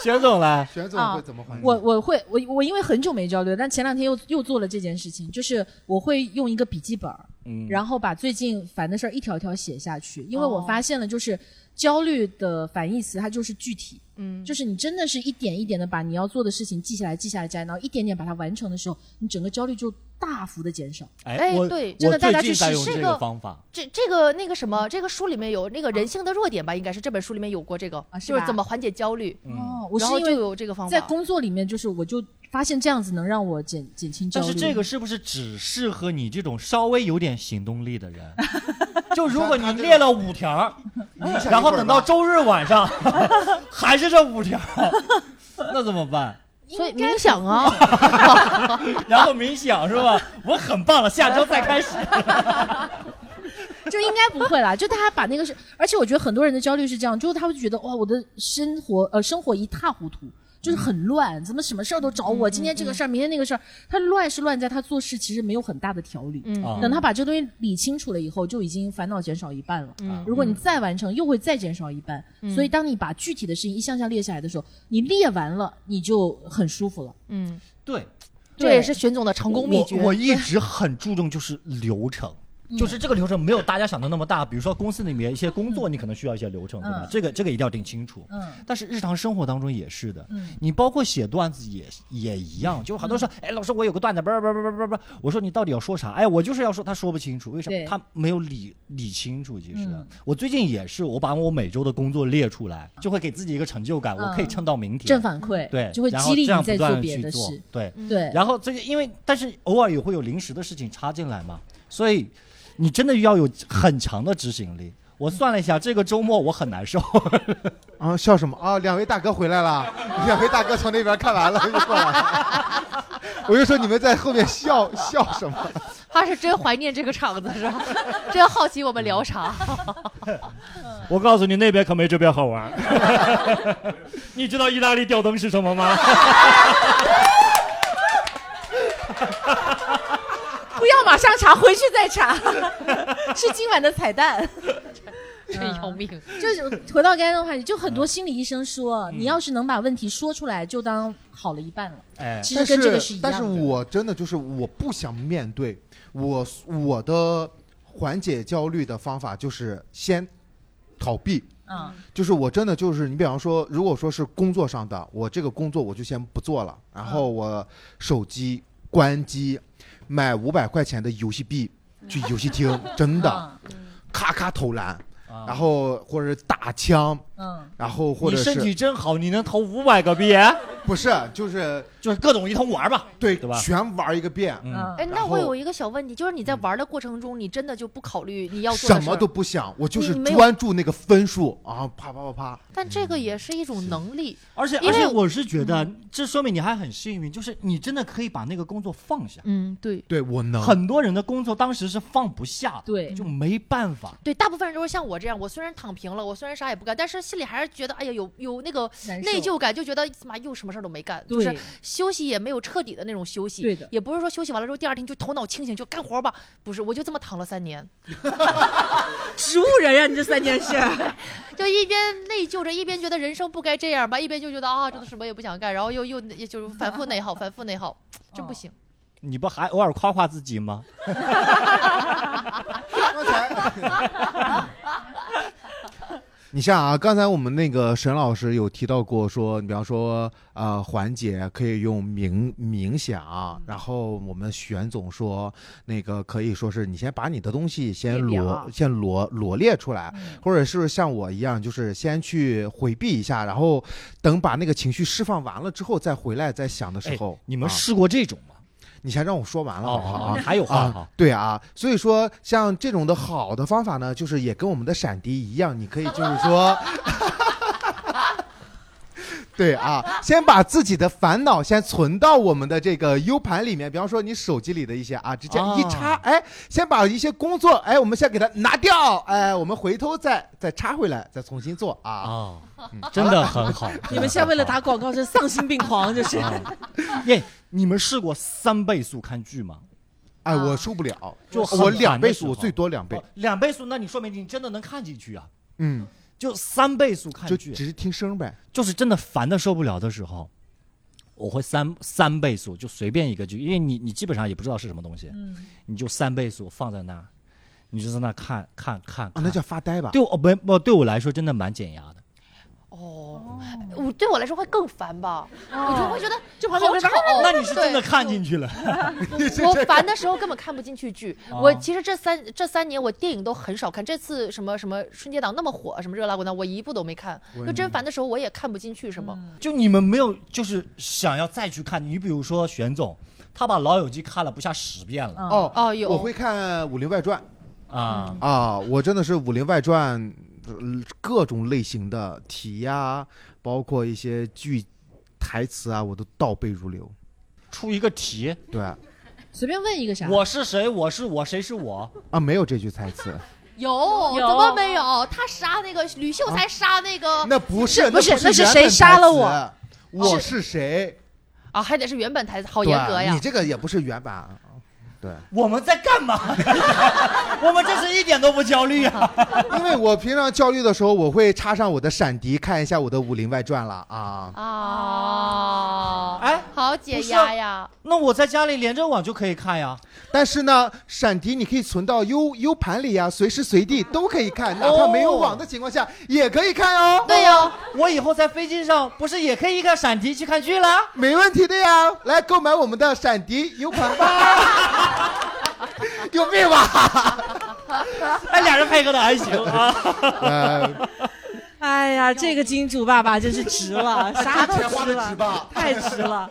Speaker 1: 玄总来，
Speaker 2: 玄总
Speaker 5: 啊
Speaker 2: 会怎么缓解？
Speaker 5: 我我会我我因为很久没焦虑了，但前两天又又做了这件事情，就是我会用一个笔记本儿，
Speaker 1: 嗯，
Speaker 5: 然后把最近烦的事儿一条条写下去，因为我
Speaker 4: 哦
Speaker 5: 发现了，就是焦虑的反义词它就是具体，
Speaker 4: 嗯，
Speaker 5: 就是你真的是一点一点的把你要做的事情记下来，记下来，记下来，然后一点点把它完成的时候，你整个焦虑就大幅的减少。
Speaker 1: 哎，
Speaker 4: 哎
Speaker 1: 我
Speaker 4: 对
Speaker 1: 我
Speaker 5: 真的大家
Speaker 1: 最近
Speaker 5: 去
Speaker 1: 在
Speaker 5: 试
Speaker 1: 用
Speaker 4: 试
Speaker 1: 这
Speaker 4: 个
Speaker 1: 个方法，
Speaker 4: 这这个那个什么，这个书里面有那个人性的弱点吧？应该是这本书里面有过这个，
Speaker 5: 啊是
Speaker 4: 就是
Speaker 5: 吧
Speaker 4: 怎么缓解焦虑，
Speaker 1: 嗯，
Speaker 5: 哦我是
Speaker 4: 然后
Speaker 5: 因
Speaker 4: 就
Speaker 5: 为
Speaker 4: 有这个方法。
Speaker 5: 在工作里面，就是我就发现这样子能让我减减轻焦
Speaker 1: 但
Speaker 5: 虑。
Speaker 1: 是这个是不是只适合你这种稍微有点行动力的 人？就如果你列了五条儿，
Speaker 2: 你想一会儿吧
Speaker 1: 然后等到周日晚 上还是这五条儿，那怎么办？
Speaker 4: 所以冥想啊，
Speaker 1: 然后冥想是吧？我很棒了，下周再开 始。
Speaker 5: 就应该不会啦， 就大家把那个是，而且我觉得很多人的焦虑是这样，就是他会觉得哇，我的生活呃生活一塌糊涂，就是很
Speaker 1: 嗯
Speaker 5: 乱，怎么什么事儿都找我，今天这个事儿，明天那个事儿，他乱是乱在他做事其实没有很大的条理。
Speaker 4: 嗯
Speaker 1: 啊
Speaker 5: 等他把这东西理清楚了以后，就已经烦恼减少一半了。
Speaker 1: 嗯
Speaker 5: 如果你再完成，又会再减少一半。所以，当你把具体的事情一项项列下来的时候，你列完了，你就很舒服了。
Speaker 4: 嗯，
Speaker 1: 对，
Speaker 4: 这也是玄总的成功秘诀
Speaker 1: 我。我一直很注重就是流程。
Speaker 5: 嗯
Speaker 1: 就是这个流程没有大家想的那么大，比如说公司里面一些工作，你可能需要一些流程，对吧
Speaker 5: 嗯？
Speaker 1: 这个这个一定要定清楚。
Speaker 5: 嗯，
Speaker 1: 但是日常生活当中也是的，
Speaker 5: 嗯
Speaker 1: 你包括写段子也也一样，就是很多人说，哎，老师，我有个段子，不是不是不是不是不是，我说你到底要说啥？哎，我就是要说，他说不清楚，为什么
Speaker 5: 对？
Speaker 1: 他没有理理清楚。其实、
Speaker 5: 嗯
Speaker 1: 我最近也是，我把我每周的工作列出来，就会给自己一个成就感，我可以
Speaker 5: 嗯
Speaker 1: 撑到明天。
Speaker 5: 正反馈，
Speaker 1: 对，
Speaker 5: 就会
Speaker 1: 然后
Speaker 5: 激励
Speaker 1: 这
Speaker 5: 你
Speaker 1: 样
Speaker 5: 再
Speaker 1: 不断
Speaker 5: 做
Speaker 1: 地
Speaker 5: 别
Speaker 1: 去
Speaker 5: 的
Speaker 1: 做嗯
Speaker 5: 事。
Speaker 1: 对，
Speaker 5: 对，
Speaker 1: 然后这个，因为但是偶尔也会有临时的事情插进来嘛，所以你真的要有很强的执行力。我算了一下，这个周末我很难受。
Speaker 2: 啊，笑什么啊？两位大哥回来了，两位大哥从那边看完了又过来了。 我就说你们在后面笑笑什么？
Speaker 4: 他是真怀念这个场子是吧？ 真好奇我们聊啥。
Speaker 5: 嗯
Speaker 1: 我告诉你，那边可没这边好玩。 你知道意大利吊灯是什么吗？
Speaker 11: 不要马上查，回去再 查，是今晚的彩蛋。
Speaker 5: 嗯
Speaker 4: 真要命！啊
Speaker 5: 就是回到刚才的话题，就很多心理医生说，你要是能把问题说出来，就当好了一半了。
Speaker 1: 哎，
Speaker 5: 其实
Speaker 2: 但
Speaker 5: 跟这个
Speaker 2: 是
Speaker 5: 一样
Speaker 2: 但
Speaker 5: 的。
Speaker 2: 是我真的就是我不想面对我我的缓解焦虑的方法就是先逃避，
Speaker 5: 嗯
Speaker 2: 就是我真的就是你比方说，如果说是工作上的，我这个工作我就先不做了，然后
Speaker 4: 嗯
Speaker 2: 我手机关机，买五百块钱的游戏币
Speaker 4: 嗯
Speaker 2: 去游戏厅，真的
Speaker 5: 嗯
Speaker 2: 咔咔投篮，
Speaker 4: 嗯
Speaker 1: 啊
Speaker 2: 然后或者是打枪，
Speaker 5: 嗯，
Speaker 2: 然后或者
Speaker 1: 你身
Speaker 2: 是
Speaker 1: 体真好，你能投五百个币，哎
Speaker 2: 不是就是
Speaker 1: 就是各种一通玩
Speaker 4: 嗯
Speaker 1: 吧。
Speaker 2: 对
Speaker 1: 对吧
Speaker 2: 全玩一个遍。
Speaker 5: 啊
Speaker 1: 嗯，
Speaker 4: 哎，
Speaker 2: 然
Speaker 4: 那
Speaker 2: 后
Speaker 4: 我有一个小问题，就是你在玩的过程中，你真的就不考虑你要做
Speaker 2: 什
Speaker 4: 的嗯事
Speaker 2: 么
Speaker 4: 儿
Speaker 2: 都不想，我就是
Speaker 4: 你没有
Speaker 2: 专注那个分数啊，啪啪啪啪。
Speaker 4: 但这个也是一种能力。
Speaker 1: 而且
Speaker 4: 因
Speaker 1: 而
Speaker 4: 为
Speaker 1: 且我是觉得，这说明你还很幸运，就是你真的可以把那个工作放下。
Speaker 4: 嗯，对
Speaker 2: 对我能，
Speaker 1: 很多人的工作当时是放不下的，
Speaker 5: 对
Speaker 1: 就没办法。
Speaker 4: 对，大部分人都是像我这样，我虽然躺平了，我虽然啥也不干，但是心里还是觉得，哎呀，有有那个
Speaker 5: 难受
Speaker 4: 内疚感，就觉得妈又什么事儿都没干，就是
Speaker 5: 对
Speaker 4: 休息也没有彻底的那种休息。
Speaker 5: 对的
Speaker 4: 也不是说休息完了之后第二天就头脑清醒就干活吧，不是，我就这么躺了三年，
Speaker 11: 植物人呀、你这三件事，
Speaker 4: 就一边内疚着，一边觉得人生不该这样吧，一边就觉得啊，真的什么也不想干，然后又又也就是反复内耗，反复内耗，真不行。
Speaker 1: 你不还偶尔夸夸自己吗？
Speaker 2: 刚才， 你像啊，刚才我们那个沈老师有提到过说，你比方说呃缓解可以用冥冥想，然后我们玄总说那个可以说是你先把你的东西先
Speaker 11: 列表
Speaker 2: 罗先罗罗列出来，
Speaker 1: 嗯
Speaker 2: 或者是像我一样，就是先去回避一下，然后等把那个情绪释放完了之后再回来再想的时候，
Speaker 1: 哎你们哦
Speaker 2: 啊
Speaker 1: 试过这种吗？
Speaker 2: 你先让我说完了好不好啊？
Speaker 1: 还有话
Speaker 2: 啊
Speaker 1: 哈，，
Speaker 2: 对啊，所以说像这种的好的方法呢，就是也跟我们的闪迪一样，你可以就是说， 对啊，先把自己的烦恼先存到我们的这个 U 盘里面，比方说你手机里的一些啊，直接
Speaker 1: 啊
Speaker 2: 一插，哎，先把一些工作，哎，我们先给它拿掉，哎，我们回头再再插回来，再重新做啊。
Speaker 1: 啊，真的很好。
Speaker 5: 哦 你们现在为了打广告，这丧心病狂， 这是。
Speaker 2: 嗯
Speaker 1: 耶，你们试过三倍速看剧吗？
Speaker 2: 哎，我受不了，
Speaker 1: 就很
Speaker 2: 我两
Speaker 1: 烦的
Speaker 2: 倍
Speaker 1: 时
Speaker 2: 速，
Speaker 1: 候
Speaker 2: 我最多两倍
Speaker 1: 哦，两倍速，那你说明你真的能看进去啊。
Speaker 2: 嗯，
Speaker 1: 就三倍速看
Speaker 2: 就
Speaker 1: 剧，
Speaker 2: 只是听声呗。
Speaker 1: 就是真的烦的受不了的时候，我会三三倍速，就随便一个剧，因为你你基本上也不知道是什么东西，
Speaker 5: 嗯
Speaker 1: 你就三倍速放在那儿，你就在那儿看看看
Speaker 2: 啊，
Speaker 1: 看
Speaker 2: 那叫发呆吧？
Speaker 1: 对我没我对我来说真的蛮减压的。
Speaker 4: 哦，我对我来说会更烦吧，
Speaker 9: 哦
Speaker 4: 我就会觉得
Speaker 5: 就旁边有
Speaker 4: 好
Speaker 5: 个
Speaker 4: 吵
Speaker 5: 人
Speaker 4: 哦。
Speaker 1: 那你是真的
Speaker 4: 对
Speaker 1: 看进去了，
Speaker 4: 我烦的时候根本看不进去剧。我
Speaker 1: 哦
Speaker 4: 其实这三这三年我电影都很少看，这次什么什么春节档那么火，什么热辣滚烫，我一部都没看。就真烦的时候我也看不进去什么。
Speaker 5: 嗯
Speaker 1: 就你们没有就是想要再去看。你比如说玄总，他把《老友记》看了不下十遍了
Speaker 2: 哦
Speaker 4: 哦有
Speaker 2: 我会看《武林外传》
Speaker 4: 嗯
Speaker 1: 啊，
Speaker 2: 啊，我真的是《武林外传》呃各种类型的题呀、包括一些剧台词啊，我都倒背如流。
Speaker 1: 出一个题，
Speaker 2: 对
Speaker 5: 随便问一
Speaker 4: 嗯
Speaker 5: 个啥？
Speaker 1: 我是谁？我是我，谁是我？
Speaker 2: 啊，没有这句台词，
Speaker 4: 有怎么没有？他杀那个吕秀才杀那个
Speaker 2: 那不是，
Speaker 5: 哦不是
Speaker 2: 那
Speaker 5: 那是
Speaker 2: 原
Speaker 5: 谁
Speaker 2: 本
Speaker 5: 杀
Speaker 2: 台
Speaker 5: 了
Speaker 2: 词
Speaker 5: 我？
Speaker 2: 我是谁？
Speaker 4: 啊，还得是原本台词，
Speaker 5: 哦
Speaker 4: 好
Speaker 2: 好
Speaker 4: 严格呀
Speaker 2: 啊你。这个也不是原版啊。对，
Speaker 1: 我们在干嘛？ 我们这是一点都不焦虑啊！
Speaker 2: 因为我平常焦虑的时候，我会插上我的闪迪，看一下我的《武林外传》了啊。
Speaker 4: 啊，
Speaker 1: 哎，
Speaker 4: 好解压呀！
Speaker 1: 那我在家里连着网就可以看呀。
Speaker 2: 但是呢，闪迪你可以存到 U U 盘里呀、随时随地都可以看，哪怕没有网的情况下也可以看哦。
Speaker 4: 对呀、
Speaker 1: 我以后在飞机上不是也可以看闪迪去看剧了？
Speaker 2: 没问题的呀，来购买我们的闪迪 U 盘吧。 有病吧？
Speaker 1: 哎，俩人配合的还行啊。
Speaker 2: 呃，
Speaker 5: 哎呀，这个金主爸爸真是值 了， 啥都值了，
Speaker 2: 吧？
Speaker 5: 太值了。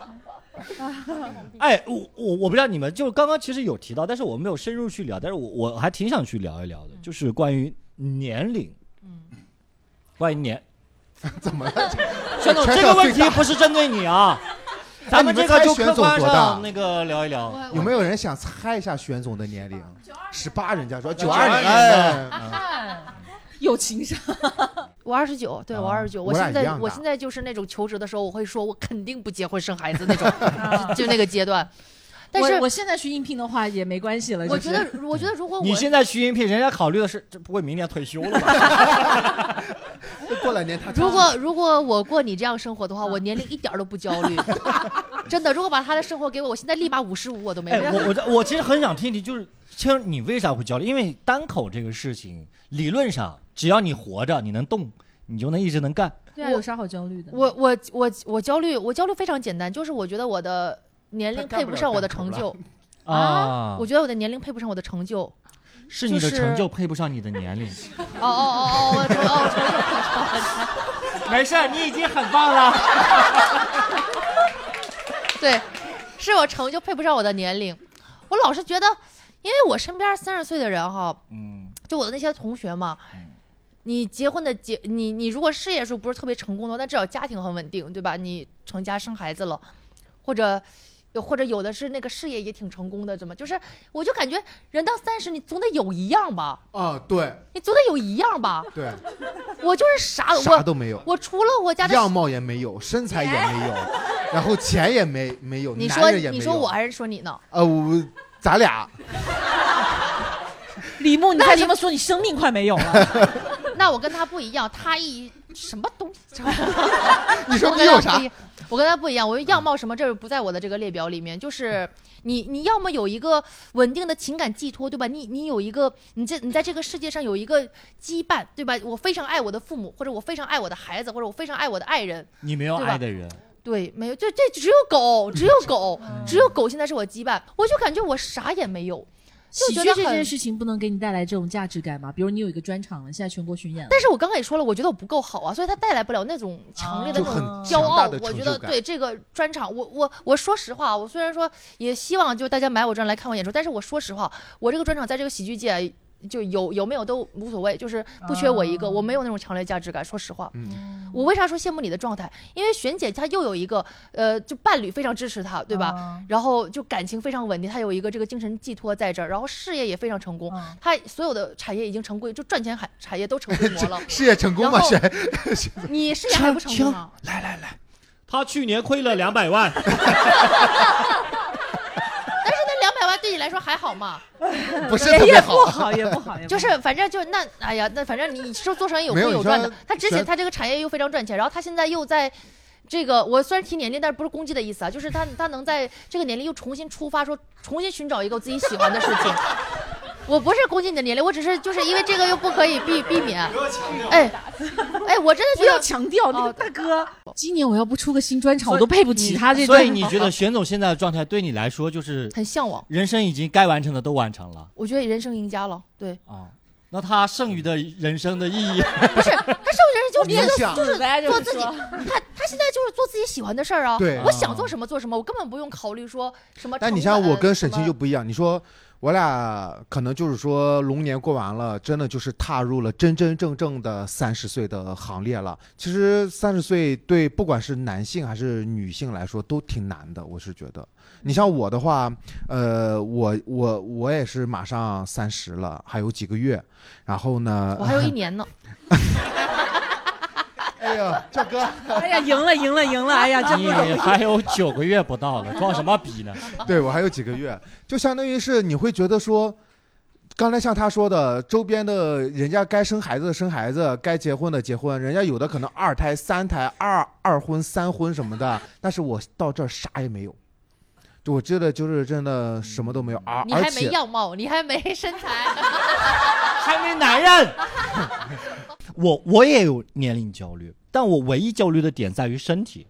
Speaker 1: 哎，我我我不知道你们，就刚刚其实有提到，但是我没有深入去聊，但是我我还挺想去聊一聊
Speaker 4: 嗯
Speaker 1: 的，就是关于年龄，关于 年，
Speaker 2: 怎么了？
Speaker 1: 玄总
Speaker 2: 全
Speaker 1: 这
Speaker 2: 场
Speaker 1: 个问
Speaker 2: 最
Speaker 1: 题
Speaker 2: 大
Speaker 1: 不是针对你啊，咱们
Speaker 2: 哎你
Speaker 1: 这
Speaker 2: 们
Speaker 1: 个
Speaker 2: 猜
Speaker 1: 就
Speaker 2: 玄
Speaker 1: 客
Speaker 2: 总
Speaker 1: 观
Speaker 2: 多大
Speaker 1: 上那个聊一聊。
Speaker 2: 有没有人想猜一下玄总的年龄？十八，人家说九
Speaker 1: 92
Speaker 2: 二年。
Speaker 1: 年
Speaker 2: 哎
Speaker 5: 有情商，
Speaker 4: 我二十九，对我
Speaker 1: 啊
Speaker 4: 二十九，
Speaker 2: 我
Speaker 4: 我
Speaker 2: 俩
Speaker 4: 现
Speaker 2: 一
Speaker 4: 在
Speaker 2: 样
Speaker 4: 我
Speaker 2: 大
Speaker 4: 现在就是那种求职的时候，我会说我肯定不结婚生孩子那种， 就就那个阶段。但是
Speaker 5: 我我现在去应聘的话也没关系了。
Speaker 4: 我
Speaker 5: 就
Speaker 4: 觉
Speaker 5: 是
Speaker 4: 得，我觉得如果我
Speaker 1: 你现在去应聘，人家考虑的是，这不会明年退休了吧？
Speaker 2: 呃过两年他
Speaker 4: 如果如果我过你这样生活的话，我年龄一点儿都不焦虑，真的。如果把他的生活给我，我现在立马五十五我都 没
Speaker 1: 哎，
Speaker 4: 有。
Speaker 1: 我我这我其实很想听听，就是其实你为啥会焦虑？因为单口这个事情，理论上只要你活着，你能动，你就能一直能干。
Speaker 5: 对啊，有啥好焦虑的？
Speaker 4: 我我我我焦虑，我焦虑非常简单，就是我觉得我的年龄
Speaker 2: 他干
Speaker 4: 配
Speaker 2: 不
Speaker 4: 不
Speaker 2: 了
Speaker 4: 上我的
Speaker 2: 干活
Speaker 4: 成
Speaker 2: 了
Speaker 4: 就，
Speaker 1: 啊
Speaker 4: 我觉得我的年龄配不上我的成就。
Speaker 1: 是你的
Speaker 4: 就是
Speaker 1: 成就配不上你的年龄。
Speaker 4: 哦哦哦哦，我成哦我成就不上。
Speaker 1: 没事，你已经很棒了。
Speaker 4: 对，是我成就配不上我的年龄。我老是觉得，因为我身边三十岁的人哈，
Speaker 1: 嗯，
Speaker 4: 就我的那些同学嘛，
Speaker 2: 嗯
Speaker 4: 你结婚的结，你你如果事业是不是特别成功的，但至少家庭很稳定，对吧？你成家生孩子了，或者。有或者有的是那个事业也挺成功的，怎么就是我就感觉人到三十，你总得有一样吧，
Speaker 2: 啊，对
Speaker 4: 你总得有一样吧。
Speaker 2: 对，
Speaker 4: 我就是啥，
Speaker 2: 啥
Speaker 4: 我
Speaker 2: 都没有，
Speaker 4: 我除了我家的
Speaker 2: 样貌也没有，身材也没有，然后钱也没没有，
Speaker 4: 你
Speaker 2: 男
Speaker 4: 说
Speaker 2: 人也没
Speaker 4: 你说
Speaker 2: 有
Speaker 4: 我还是说你呢？
Speaker 2: 呃，我咱俩
Speaker 5: 李牧，你再这么说，你生命快没有了。
Speaker 4: 那我跟他不一样，他一什么东西？
Speaker 2: 你说
Speaker 4: 我
Speaker 2: 你
Speaker 4: 跟
Speaker 2: 有啥
Speaker 4: 他不一样，我跟他不一样，我样貌什么这不在我的这个列表里面。就是你，你要么有一个稳定的情感寄托，对吧？你你有一个，你这你在这个世界上有一个羁绊，对吧？我非常爱我的父母，或者我非常爱我的孩子，或者我非常爱我的爱人。
Speaker 1: 你没有
Speaker 4: 对吧
Speaker 1: 爱的人，
Speaker 4: 对，没有，就这只有狗，只有狗，
Speaker 2: 嗯
Speaker 4: 只有狗现在是我羁绊，我就感觉我啥也没有。就
Speaker 5: 喜剧
Speaker 4: 觉得
Speaker 5: 这
Speaker 4: 很
Speaker 5: 件事情不能给你带来这种价值感吗？比如你有一个专场了，现在全国巡演了，
Speaker 4: 但是我刚刚也说了，我觉得我不够好啊，所以他带来不了那种强烈的
Speaker 2: 就
Speaker 4: 那种
Speaker 2: 很嗯强
Speaker 4: 骄
Speaker 2: 大
Speaker 4: 傲
Speaker 2: 的。
Speaker 4: 我
Speaker 2: 成
Speaker 4: 觉
Speaker 2: 就
Speaker 4: 得
Speaker 2: 感。
Speaker 4: 对这个专场，我我我说实话，我虽然说也希望就大家买我专来看我演出，但是我说实话，我这个专场在这个喜剧界就有有没有都无所谓，就是不缺我一个，我没有那种强烈价值感。说实话，
Speaker 2: 嗯，。
Speaker 4: 我为啥说羡慕你的状态？因为璇姐她又有一个呃，就伴侣非常支持她，对吧？
Speaker 5: 哦
Speaker 4: 然后就感情非常稳定，她有一个这个精神寄托在这儿，然后事业也非常成功，
Speaker 5: 嗯
Speaker 4: 她所有的产业已经成规，就赚钱产产业都成规模了
Speaker 2: 事业成功吗？
Speaker 4: 然后
Speaker 2: 谁？
Speaker 4: 你事业还不成功吗？
Speaker 2: 来来来，
Speaker 13: 他去年亏了两百万，
Speaker 4: 但是那两百万对你来说还好嘛？
Speaker 2: 不是特别好。
Speaker 5: 不好也不好，也不好
Speaker 4: 就是反正就是那哎呀，那反正你说做生意有
Speaker 2: 没
Speaker 4: 亏
Speaker 2: 有
Speaker 4: 有赚的
Speaker 2: 你说，
Speaker 4: 他之
Speaker 2: 咱
Speaker 4: 前他这个产业又非常赚钱，然后他现在又在。这个我虽然提年龄，但是不是攻击的意思啊，就是他他能在这个年龄又重新出发，说重新寻找一个自己喜欢的事情。 我不是攻击你的年龄，我只是就是因为这个又不可以避避免。哎哎，我真的
Speaker 5: 不
Speaker 4: 觉
Speaker 5: 要
Speaker 4: 得
Speaker 5: 强调那个
Speaker 4: 哦
Speaker 5: 大哥，今年我要不出个新专场，我都配不起他这种。
Speaker 1: 所以你觉得玄总现在的状态对你来说就是
Speaker 4: 很向往，
Speaker 1: 人生已经该完成的都完成了
Speaker 4: 我觉得人生赢家了。对，
Speaker 1: 啊？那他剩余的人生的意义，
Speaker 4: 不是他 受人就觉
Speaker 2: 冥
Speaker 4: 得
Speaker 2: 想
Speaker 4: 就是
Speaker 5: 来
Speaker 4: 做自己，他他现在就是做自己喜欢的事儿啊。
Speaker 2: 对
Speaker 4: 我想做什么做什么，我根本不用考虑说什啊么成本。
Speaker 2: 但你像我跟沈清
Speaker 4: 什
Speaker 2: 就
Speaker 4: 么
Speaker 2: 不一样，你说我俩可能就是说龙年过完了，真的就是踏入了真真正正的三十岁的行列了。其实三十岁对不管是男性还是女性来说都挺难的，我是觉得。你像我的话，呃，我我我也是马上三十了，还有几个月，然后呢，
Speaker 4: 我还有一年 呢。
Speaker 2: 哎呀，赵哥，
Speaker 5: 哎呀，赢了，赢了，赢了！哎呀，真
Speaker 1: 你
Speaker 5: 不容易。
Speaker 1: 还有九个月不到 呢，装什么逼呢？
Speaker 2: 对我还有几个月，就相当于是你会觉得说，刚才像他说的，周边的人家该生孩子的生孩子，该结婚的结婚，人家有的可能二胎、三胎、二二婚、三婚什么 的，但是我到这儿啥也没有，就我真的就是真的什么都没有，而
Speaker 4: 你
Speaker 2: 而
Speaker 4: 还没
Speaker 2: 且
Speaker 4: 样貌，你还没 身材，
Speaker 1: 还没男人。 我我也有年龄焦虑，但我唯一焦虑的点在于身体，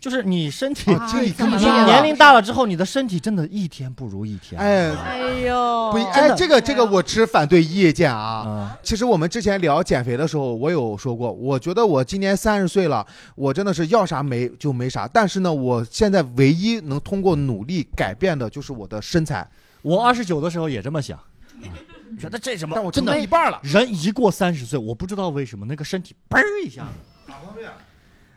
Speaker 1: 就是你身体，
Speaker 2: 啊这里根本
Speaker 1: 你
Speaker 2: 就
Speaker 1: 年龄大了之后，你的身体真的一天不如一天。
Speaker 2: 哎。
Speaker 5: 哎呦，
Speaker 8: 哦
Speaker 2: 不一，
Speaker 1: 真
Speaker 2: 哎，
Speaker 1: 的
Speaker 2: 这个这个我持反对意见啊。
Speaker 1: 嗯，
Speaker 2: 其实我们之前聊减肥的时候，我有说过，我觉得我今年三十岁了，我真的是要啥没就没啥。但是呢，我现在唯一能通过努力改变的就是我的身材，
Speaker 1: 我二十九的时候也这么想，觉得这什么？
Speaker 2: 但我
Speaker 1: 真
Speaker 2: 成功
Speaker 1: 的
Speaker 2: 一半了。
Speaker 1: 人一过三十岁，我不知道为什么那个身体嘣儿一下，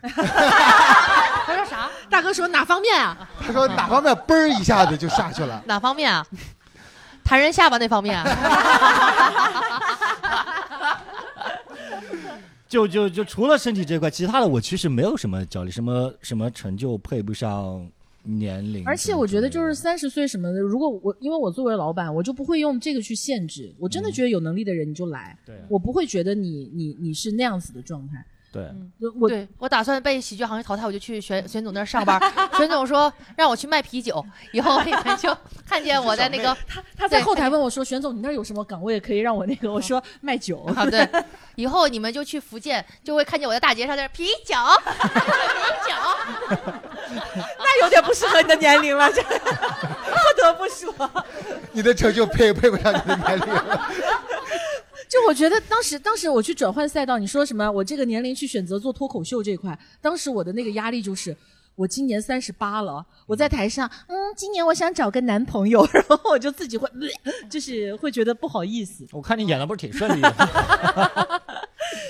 Speaker 4: 他说啥？，
Speaker 5: 大哥说哪方面啊？
Speaker 2: 他说哪方面嘣儿一下子就下去了
Speaker 4: 哪方面啊？弹人下巴那方面啊，
Speaker 1: 就就就除了身体这块，其他的我其实没有什么焦虑，什么什么成就配不上年龄。
Speaker 5: 而且我觉得就是三十岁什么的，如果我因为我作为老板，我就不会用这个去限制。我真的觉得有能力的人你就来，
Speaker 1: 对
Speaker 5: 我不会觉得你你你是那样子的状态。
Speaker 1: 对，
Speaker 5: 我
Speaker 4: 对我打算被喜剧行业淘汰，我就去玄玄总那儿上 班。玄总说让我去卖啤酒，以后你们 就看见我在那个
Speaker 5: 他在
Speaker 4: 对
Speaker 5: 后台问我说：“玄总，你那儿有什么岗位可以让我那个？”我说：“卖酒。
Speaker 4: 啊，对，以后你们就去福建，就会看见我在大街上在那儿啤 酒，啤酒。
Speaker 14: 那有点不适合你的年龄了，这 不得不说。
Speaker 2: 你的成就配配不上你的年龄了。
Speaker 5: 就我觉得当时，当时我去转换赛道，你说什么？我这个年龄去选择做脱口秀这一块，当时我的那个压力就是，我今年三十八了，我在台上，嗯，今年我想找个男朋友， 然后我就自己会， 就是会觉得不好意思，
Speaker 1: 我看你演的不是挺顺利的，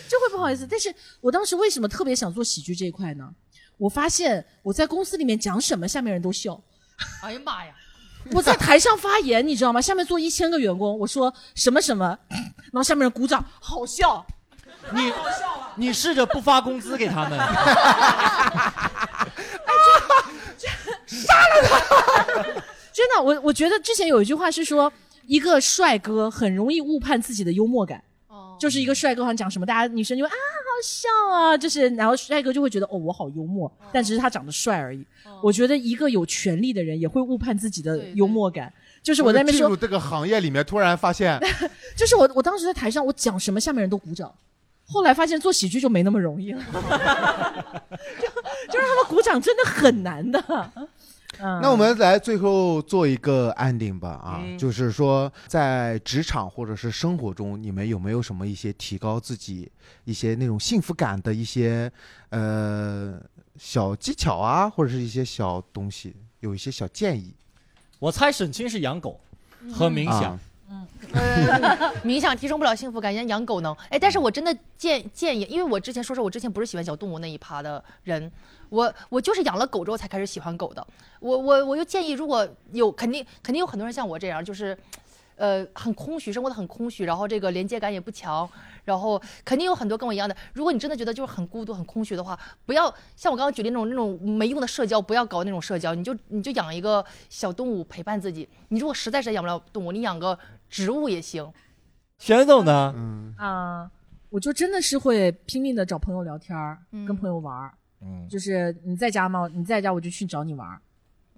Speaker 5: 就会不好意思。但是我当时为什么特别想做喜剧这一块呢？我发现我在公司里面讲什么，下面人都笑。
Speaker 4: 哎呀妈呀！
Speaker 5: 我在台上发言，你知道吗？下面坐一千个员工，我说什么什么，然后下面人鼓掌，好笑。
Speaker 1: 你
Speaker 5: 啊
Speaker 1: 你试着不发工资给他们。
Speaker 5: 真的，我我觉得之前有一句话是说，一个帅哥很容易误判自己的幽默感，
Speaker 4: 哦，
Speaker 5: 就是一个帅哥好像讲什么，大家女生就会啊好笑啊，就是然后帅哥就会觉得哦我好幽默，
Speaker 4: 嗯
Speaker 5: 但只是他长得帅而已。
Speaker 4: 哦
Speaker 5: 我觉得一个有权利的人也会误判自己的
Speaker 4: 对
Speaker 5: 幽默感，就是我在那边
Speaker 2: 进
Speaker 5: 说
Speaker 2: 入，这个行业里面，突然发现，
Speaker 5: 就是我我当时在台上我讲什么，下面人都鼓掌。后来发现做喜剧就没那么容易了， 就就是他们鼓掌真的很难的。嗯，
Speaker 2: 那我们来最后做一个 ending 吧啊，就是说在职场或者是生活中，你们有没有什么一些提高自己一些那种幸福感的一些呃小技巧啊，或者是一些小东西，有一些小建议？
Speaker 1: 我猜沈清是养狗，很明显。
Speaker 2: 啊
Speaker 4: 冥想提升不了幸福感，人家养狗能。哎，但是我真的建建议，因为我之前说说，我之前不是喜欢小动物那一趴的人，我我就是养了狗之后才开始喜欢狗的。我我我就建议，如果有肯定肯定有很多人像我这样，就是。呃，很空虚，生活的很空虚，然后这个连接感也不强，然后肯定有很多跟我一样的。如果你真的觉得就是很孤独、很空虚的话，不要像我刚刚举例那种那种没用的社交，不要搞那种社交，你就你就养一个小动物陪伴自己。你如果实在是养不了动物，你养个植物也行。
Speaker 1: 玄总呢？
Speaker 2: 嗯，
Speaker 5: 啊、我就真的是会拼命的找朋友聊天儿、跟朋友玩儿。
Speaker 1: 嗯
Speaker 5: 就是你在家吗？你在家我就去找你玩儿。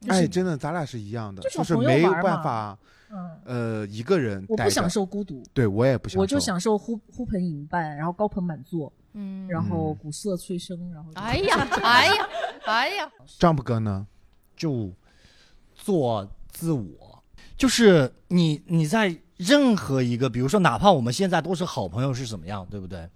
Speaker 5: 就是、
Speaker 2: 哎，真的，咱俩是一样的，
Speaker 5: 就
Speaker 2: 就
Speaker 5: 找
Speaker 2: 是
Speaker 5: 朋友
Speaker 2: 没有
Speaker 5: 玩
Speaker 2: 办
Speaker 5: 嘛
Speaker 2: 法，
Speaker 5: 嗯，
Speaker 2: 呃，一个人
Speaker 5: 我
Speaker 2: 待
Speaker 5: 不享
Speaker 2: 着，
Speaker 5: 受孤独，
Speaker 2: 对我也不享受，
Speaker 5: 我就享受呼呼朋引伴，然后高朋满座，
Speaker 4: 嗯，
Speaker 5: 然后
Speaker 2: 嗯
Speaker 5: 鼓瑟催笙，然后就
Speaker 4: 哎呀，哎呀，哎呀，
Speaker 2: 丈夫哥呢，
Speaker 1: 就做自我，就是你你在任何一个，比如说哪怕我们现在都是好朋友是怎么样，对不对？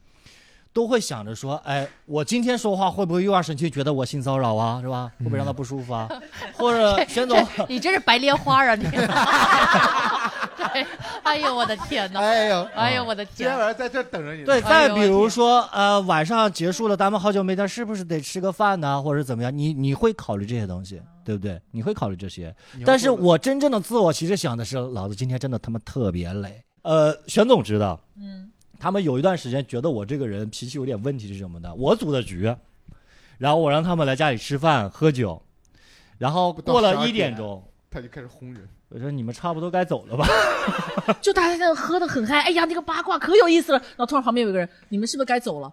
Speaker 1: 都会想着说，哎，我今天说话会不会又让沈清觉得我性骚扰啊，是吧？会不会让她不舒服啊？或者沈总，
Speaker 4: 你真是白莲花啊你！ 哎哎呦我的天哪！
Speaker 2: 哎呦，
Speaker 4: 哎呦我的
Speaker 2: 今天
Speaker 1: 啊
Speaker 4: 天！
Speaker 2: 晚上在这儿等着你呢，
Speaker 1: 对，
Speaker 4: 哎
Speaker 1: 再
Speaker 4: 呦
Speaker 1: 比
Speaker 4: 我
Speaker 1: 如
Speaker 4: 天
Speaker 1: 说，呃，晚上结束了，咱们好久没见，是不是得吃个饭呢、或者怎么样？你你会考虑这些东西，对不对？你会考虑这些。
Speaker 2: 你要
Speaker 1: 但是
Speaker 2: 做的
Speaker 1: 我真正的自我其实想的是，老子今天真的他妈特别累。呃，玄总知道，嗯，他们有一段时间觉得我这个人脾气有点问题是什么的，我组的局，然后我让他们来家里吃饭喝酒，然后
Speaker 2: 不到
Speaker 1: 过了
Speaker 2: 12
Speaker 1: 一点
Speaker 2: 点
Speaker 1: 钟，
Speaker 2: 他就开始轰人，
Speaker 1: 我说你们差不多该走了吧。
Speaker 5: 就大家在那喝的很嗨，哎呀，那个八卦可有意思了。然后突然旁边有一个人，你们是不是该走了？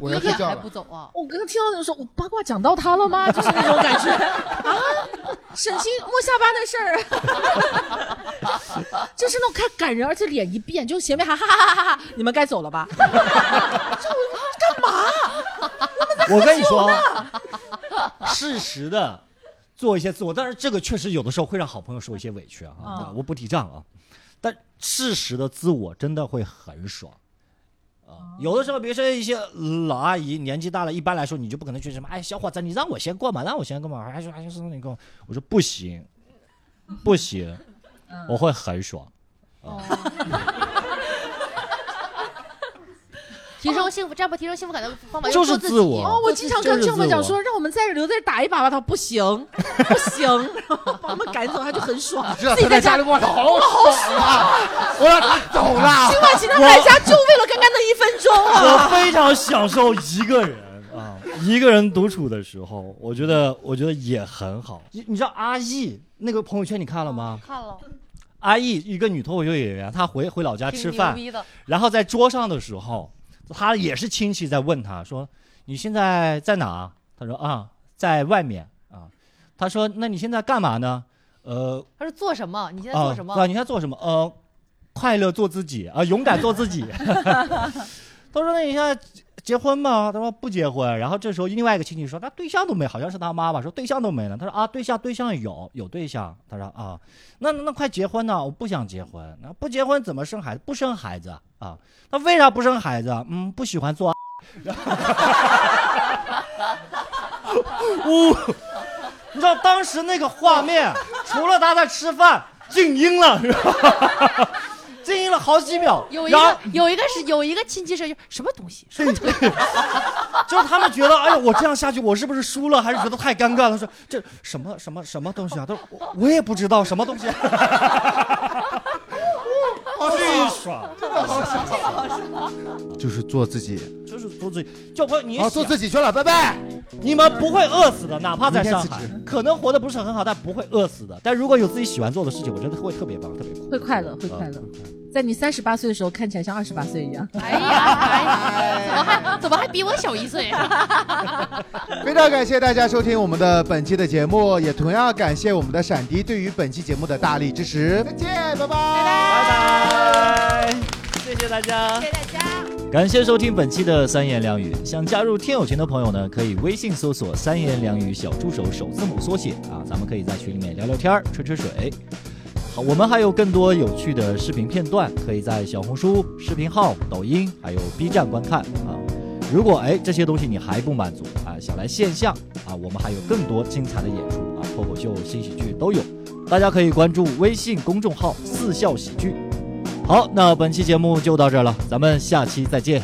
Speaker 2: 我
Speaker 4: 一
Speaker 2: 要睡
Speaker 4: 点
Speaker 2: 觉
Speaker 4: 还
Speaker 2: 了
Speaker 4: 不。走啊？
Speaker 5: 我刚刚听到那个说，我八卦讲到他 了吗？就是那种感觉啊，沈星摸下巴的事儿， 就是那种看感人，而且脸一变，就前面还哈哈哈哈哈，你们该走了吧？
Speaker 1: 我跟你说，适时的做一些自我，但是这个确实有的时候会让好朋友受一些委屈啊，
Speaker 5: 啊
Speaker 1: 我不提倡啊。但适时的自我真的会很爽。啊，有的时候，比如说一些老阿姨年纪大了，一般来说你就不可能去什么，哎，小伙子，你让我先过嘛，让我先过嘛，还是还是你跟我，我说不行，不行，我会很爽。
Speaker 4: 提升幸福，这样不提升幸福感的方法
Speaker 1: 就是
Speaker 4: 做自
Speaker 1: 自
Speaker 4: 己
Speaker 1: 我
Speaker 5: 哦，我经常跟丈夫讲说，让我们在留在这打一把吧，他说不行， 不行，然后把我们赶走，他就很爽，
Speaker 2: 知道
Speaker 5: 自己
Speaker 2: 他在
Speaker 5: 家
Speaker 2: 家里我好 爽啊！我让他走了，
Speaker 5: 今晚请他来家就为了刚刚那一分钟啊。
Speaker 1: 我非常享受一个人啊， 一个人独处的时候，我觉得我觉得也很好。你你知道阿易那个朋友圈你看了吗？
Speaker 4: 看了，
Speaker 1: 阿易一个女脱口秀演员，她回回老家啊吃
Speaker 4: 挺牛
Speaker 1: 饭，
Speaker 4: 逼的。
Speaker 1: 然后在桌上的时候，她也是亲戚在问她说：“你现在在哪？”她说：“啊，在外面啊。”她说：“那你现在干嘛呢？”呃，
Speaker 4: 他说做什么？你现在
Speaker 1: 啊，
Speaker 4: 做什么？
Speaker 1: 啊，你在做什么？呃，快乐做自己啊、勇敢做自 己。他说：“那你现在结婚吗？”他说：“不结婚。”然后这时候另外一个亲戚说：“那对象都没，好像是他妈吧？说对象都没呢。”他说：“啊，对象对象有有对象。”他说：“啊，那那那快结婚呢？我不想结婚。那不结婚怎么生孩子？不生孩子啊？他为啥不生孩子？嗯，不喜欢做。” 呜、你知道当时那个画面，除了他在吃饭，静音了，是吧？ 静音了好几秒，
Speaker 4: 有一
Speaker 1: 然后
Speaker 4: 个有一个是有一个亲戚是什么东西？
Speaker 1: 就是他们觉得，哎呦，我这样下去，我是不是输了？还是觉得太尴尬了？说这什么什么什么东西啊？他说我我也不知道什么东西、 好爽，
Speaker 2: 就是做自己，
Speaker 1: 就是做自己，就会你
Speaker 2: 好做自己去了，拜 拜。
Speaker 1: 你们不会饿死的，哪怕在上海
Speaker 2: 明天辞，
Speaker 1: 可能活得不是很好，但不会饿死的。但如果有自己喜欢做的事情，我真的会特别棒，特别酷。
Speaker 5: 会快乐，会快
Speaker 2: 嗯
Speaker 5: 乐，在你三十八岁的时候看起来像二十八岁一样。
Speaker 4: 哎呀，哎呀，怎么还怎么还比我小一岁？
Speaker 2: 非常感谢大家收听我们的本期的节目，也同样感谢我们的闪迪对于本期节目的大力支持。再见，拜拜
Speaker 1: 拜拜，谢谢大家，谢谢大家，感谢收听本期的三言两语。想加入听友群的朋友呢，可以微信搜索“三言两语小助手”首字母缩写啊，咱们可以在群里面聊聊天儿，吹吹水。好，我们还有更多有趣的视频片段，可以在小红书、视频号、抖音还有 B 站观看啊。如果哎这些东西你还不满足啊，想来线下啊，我们还有更多精彩的演出啊，脱口秀、新喜剧都有，大家可以关注微信公众号“四笑喜剧”。好，那本期节目就到这儿了，咱们下期再见。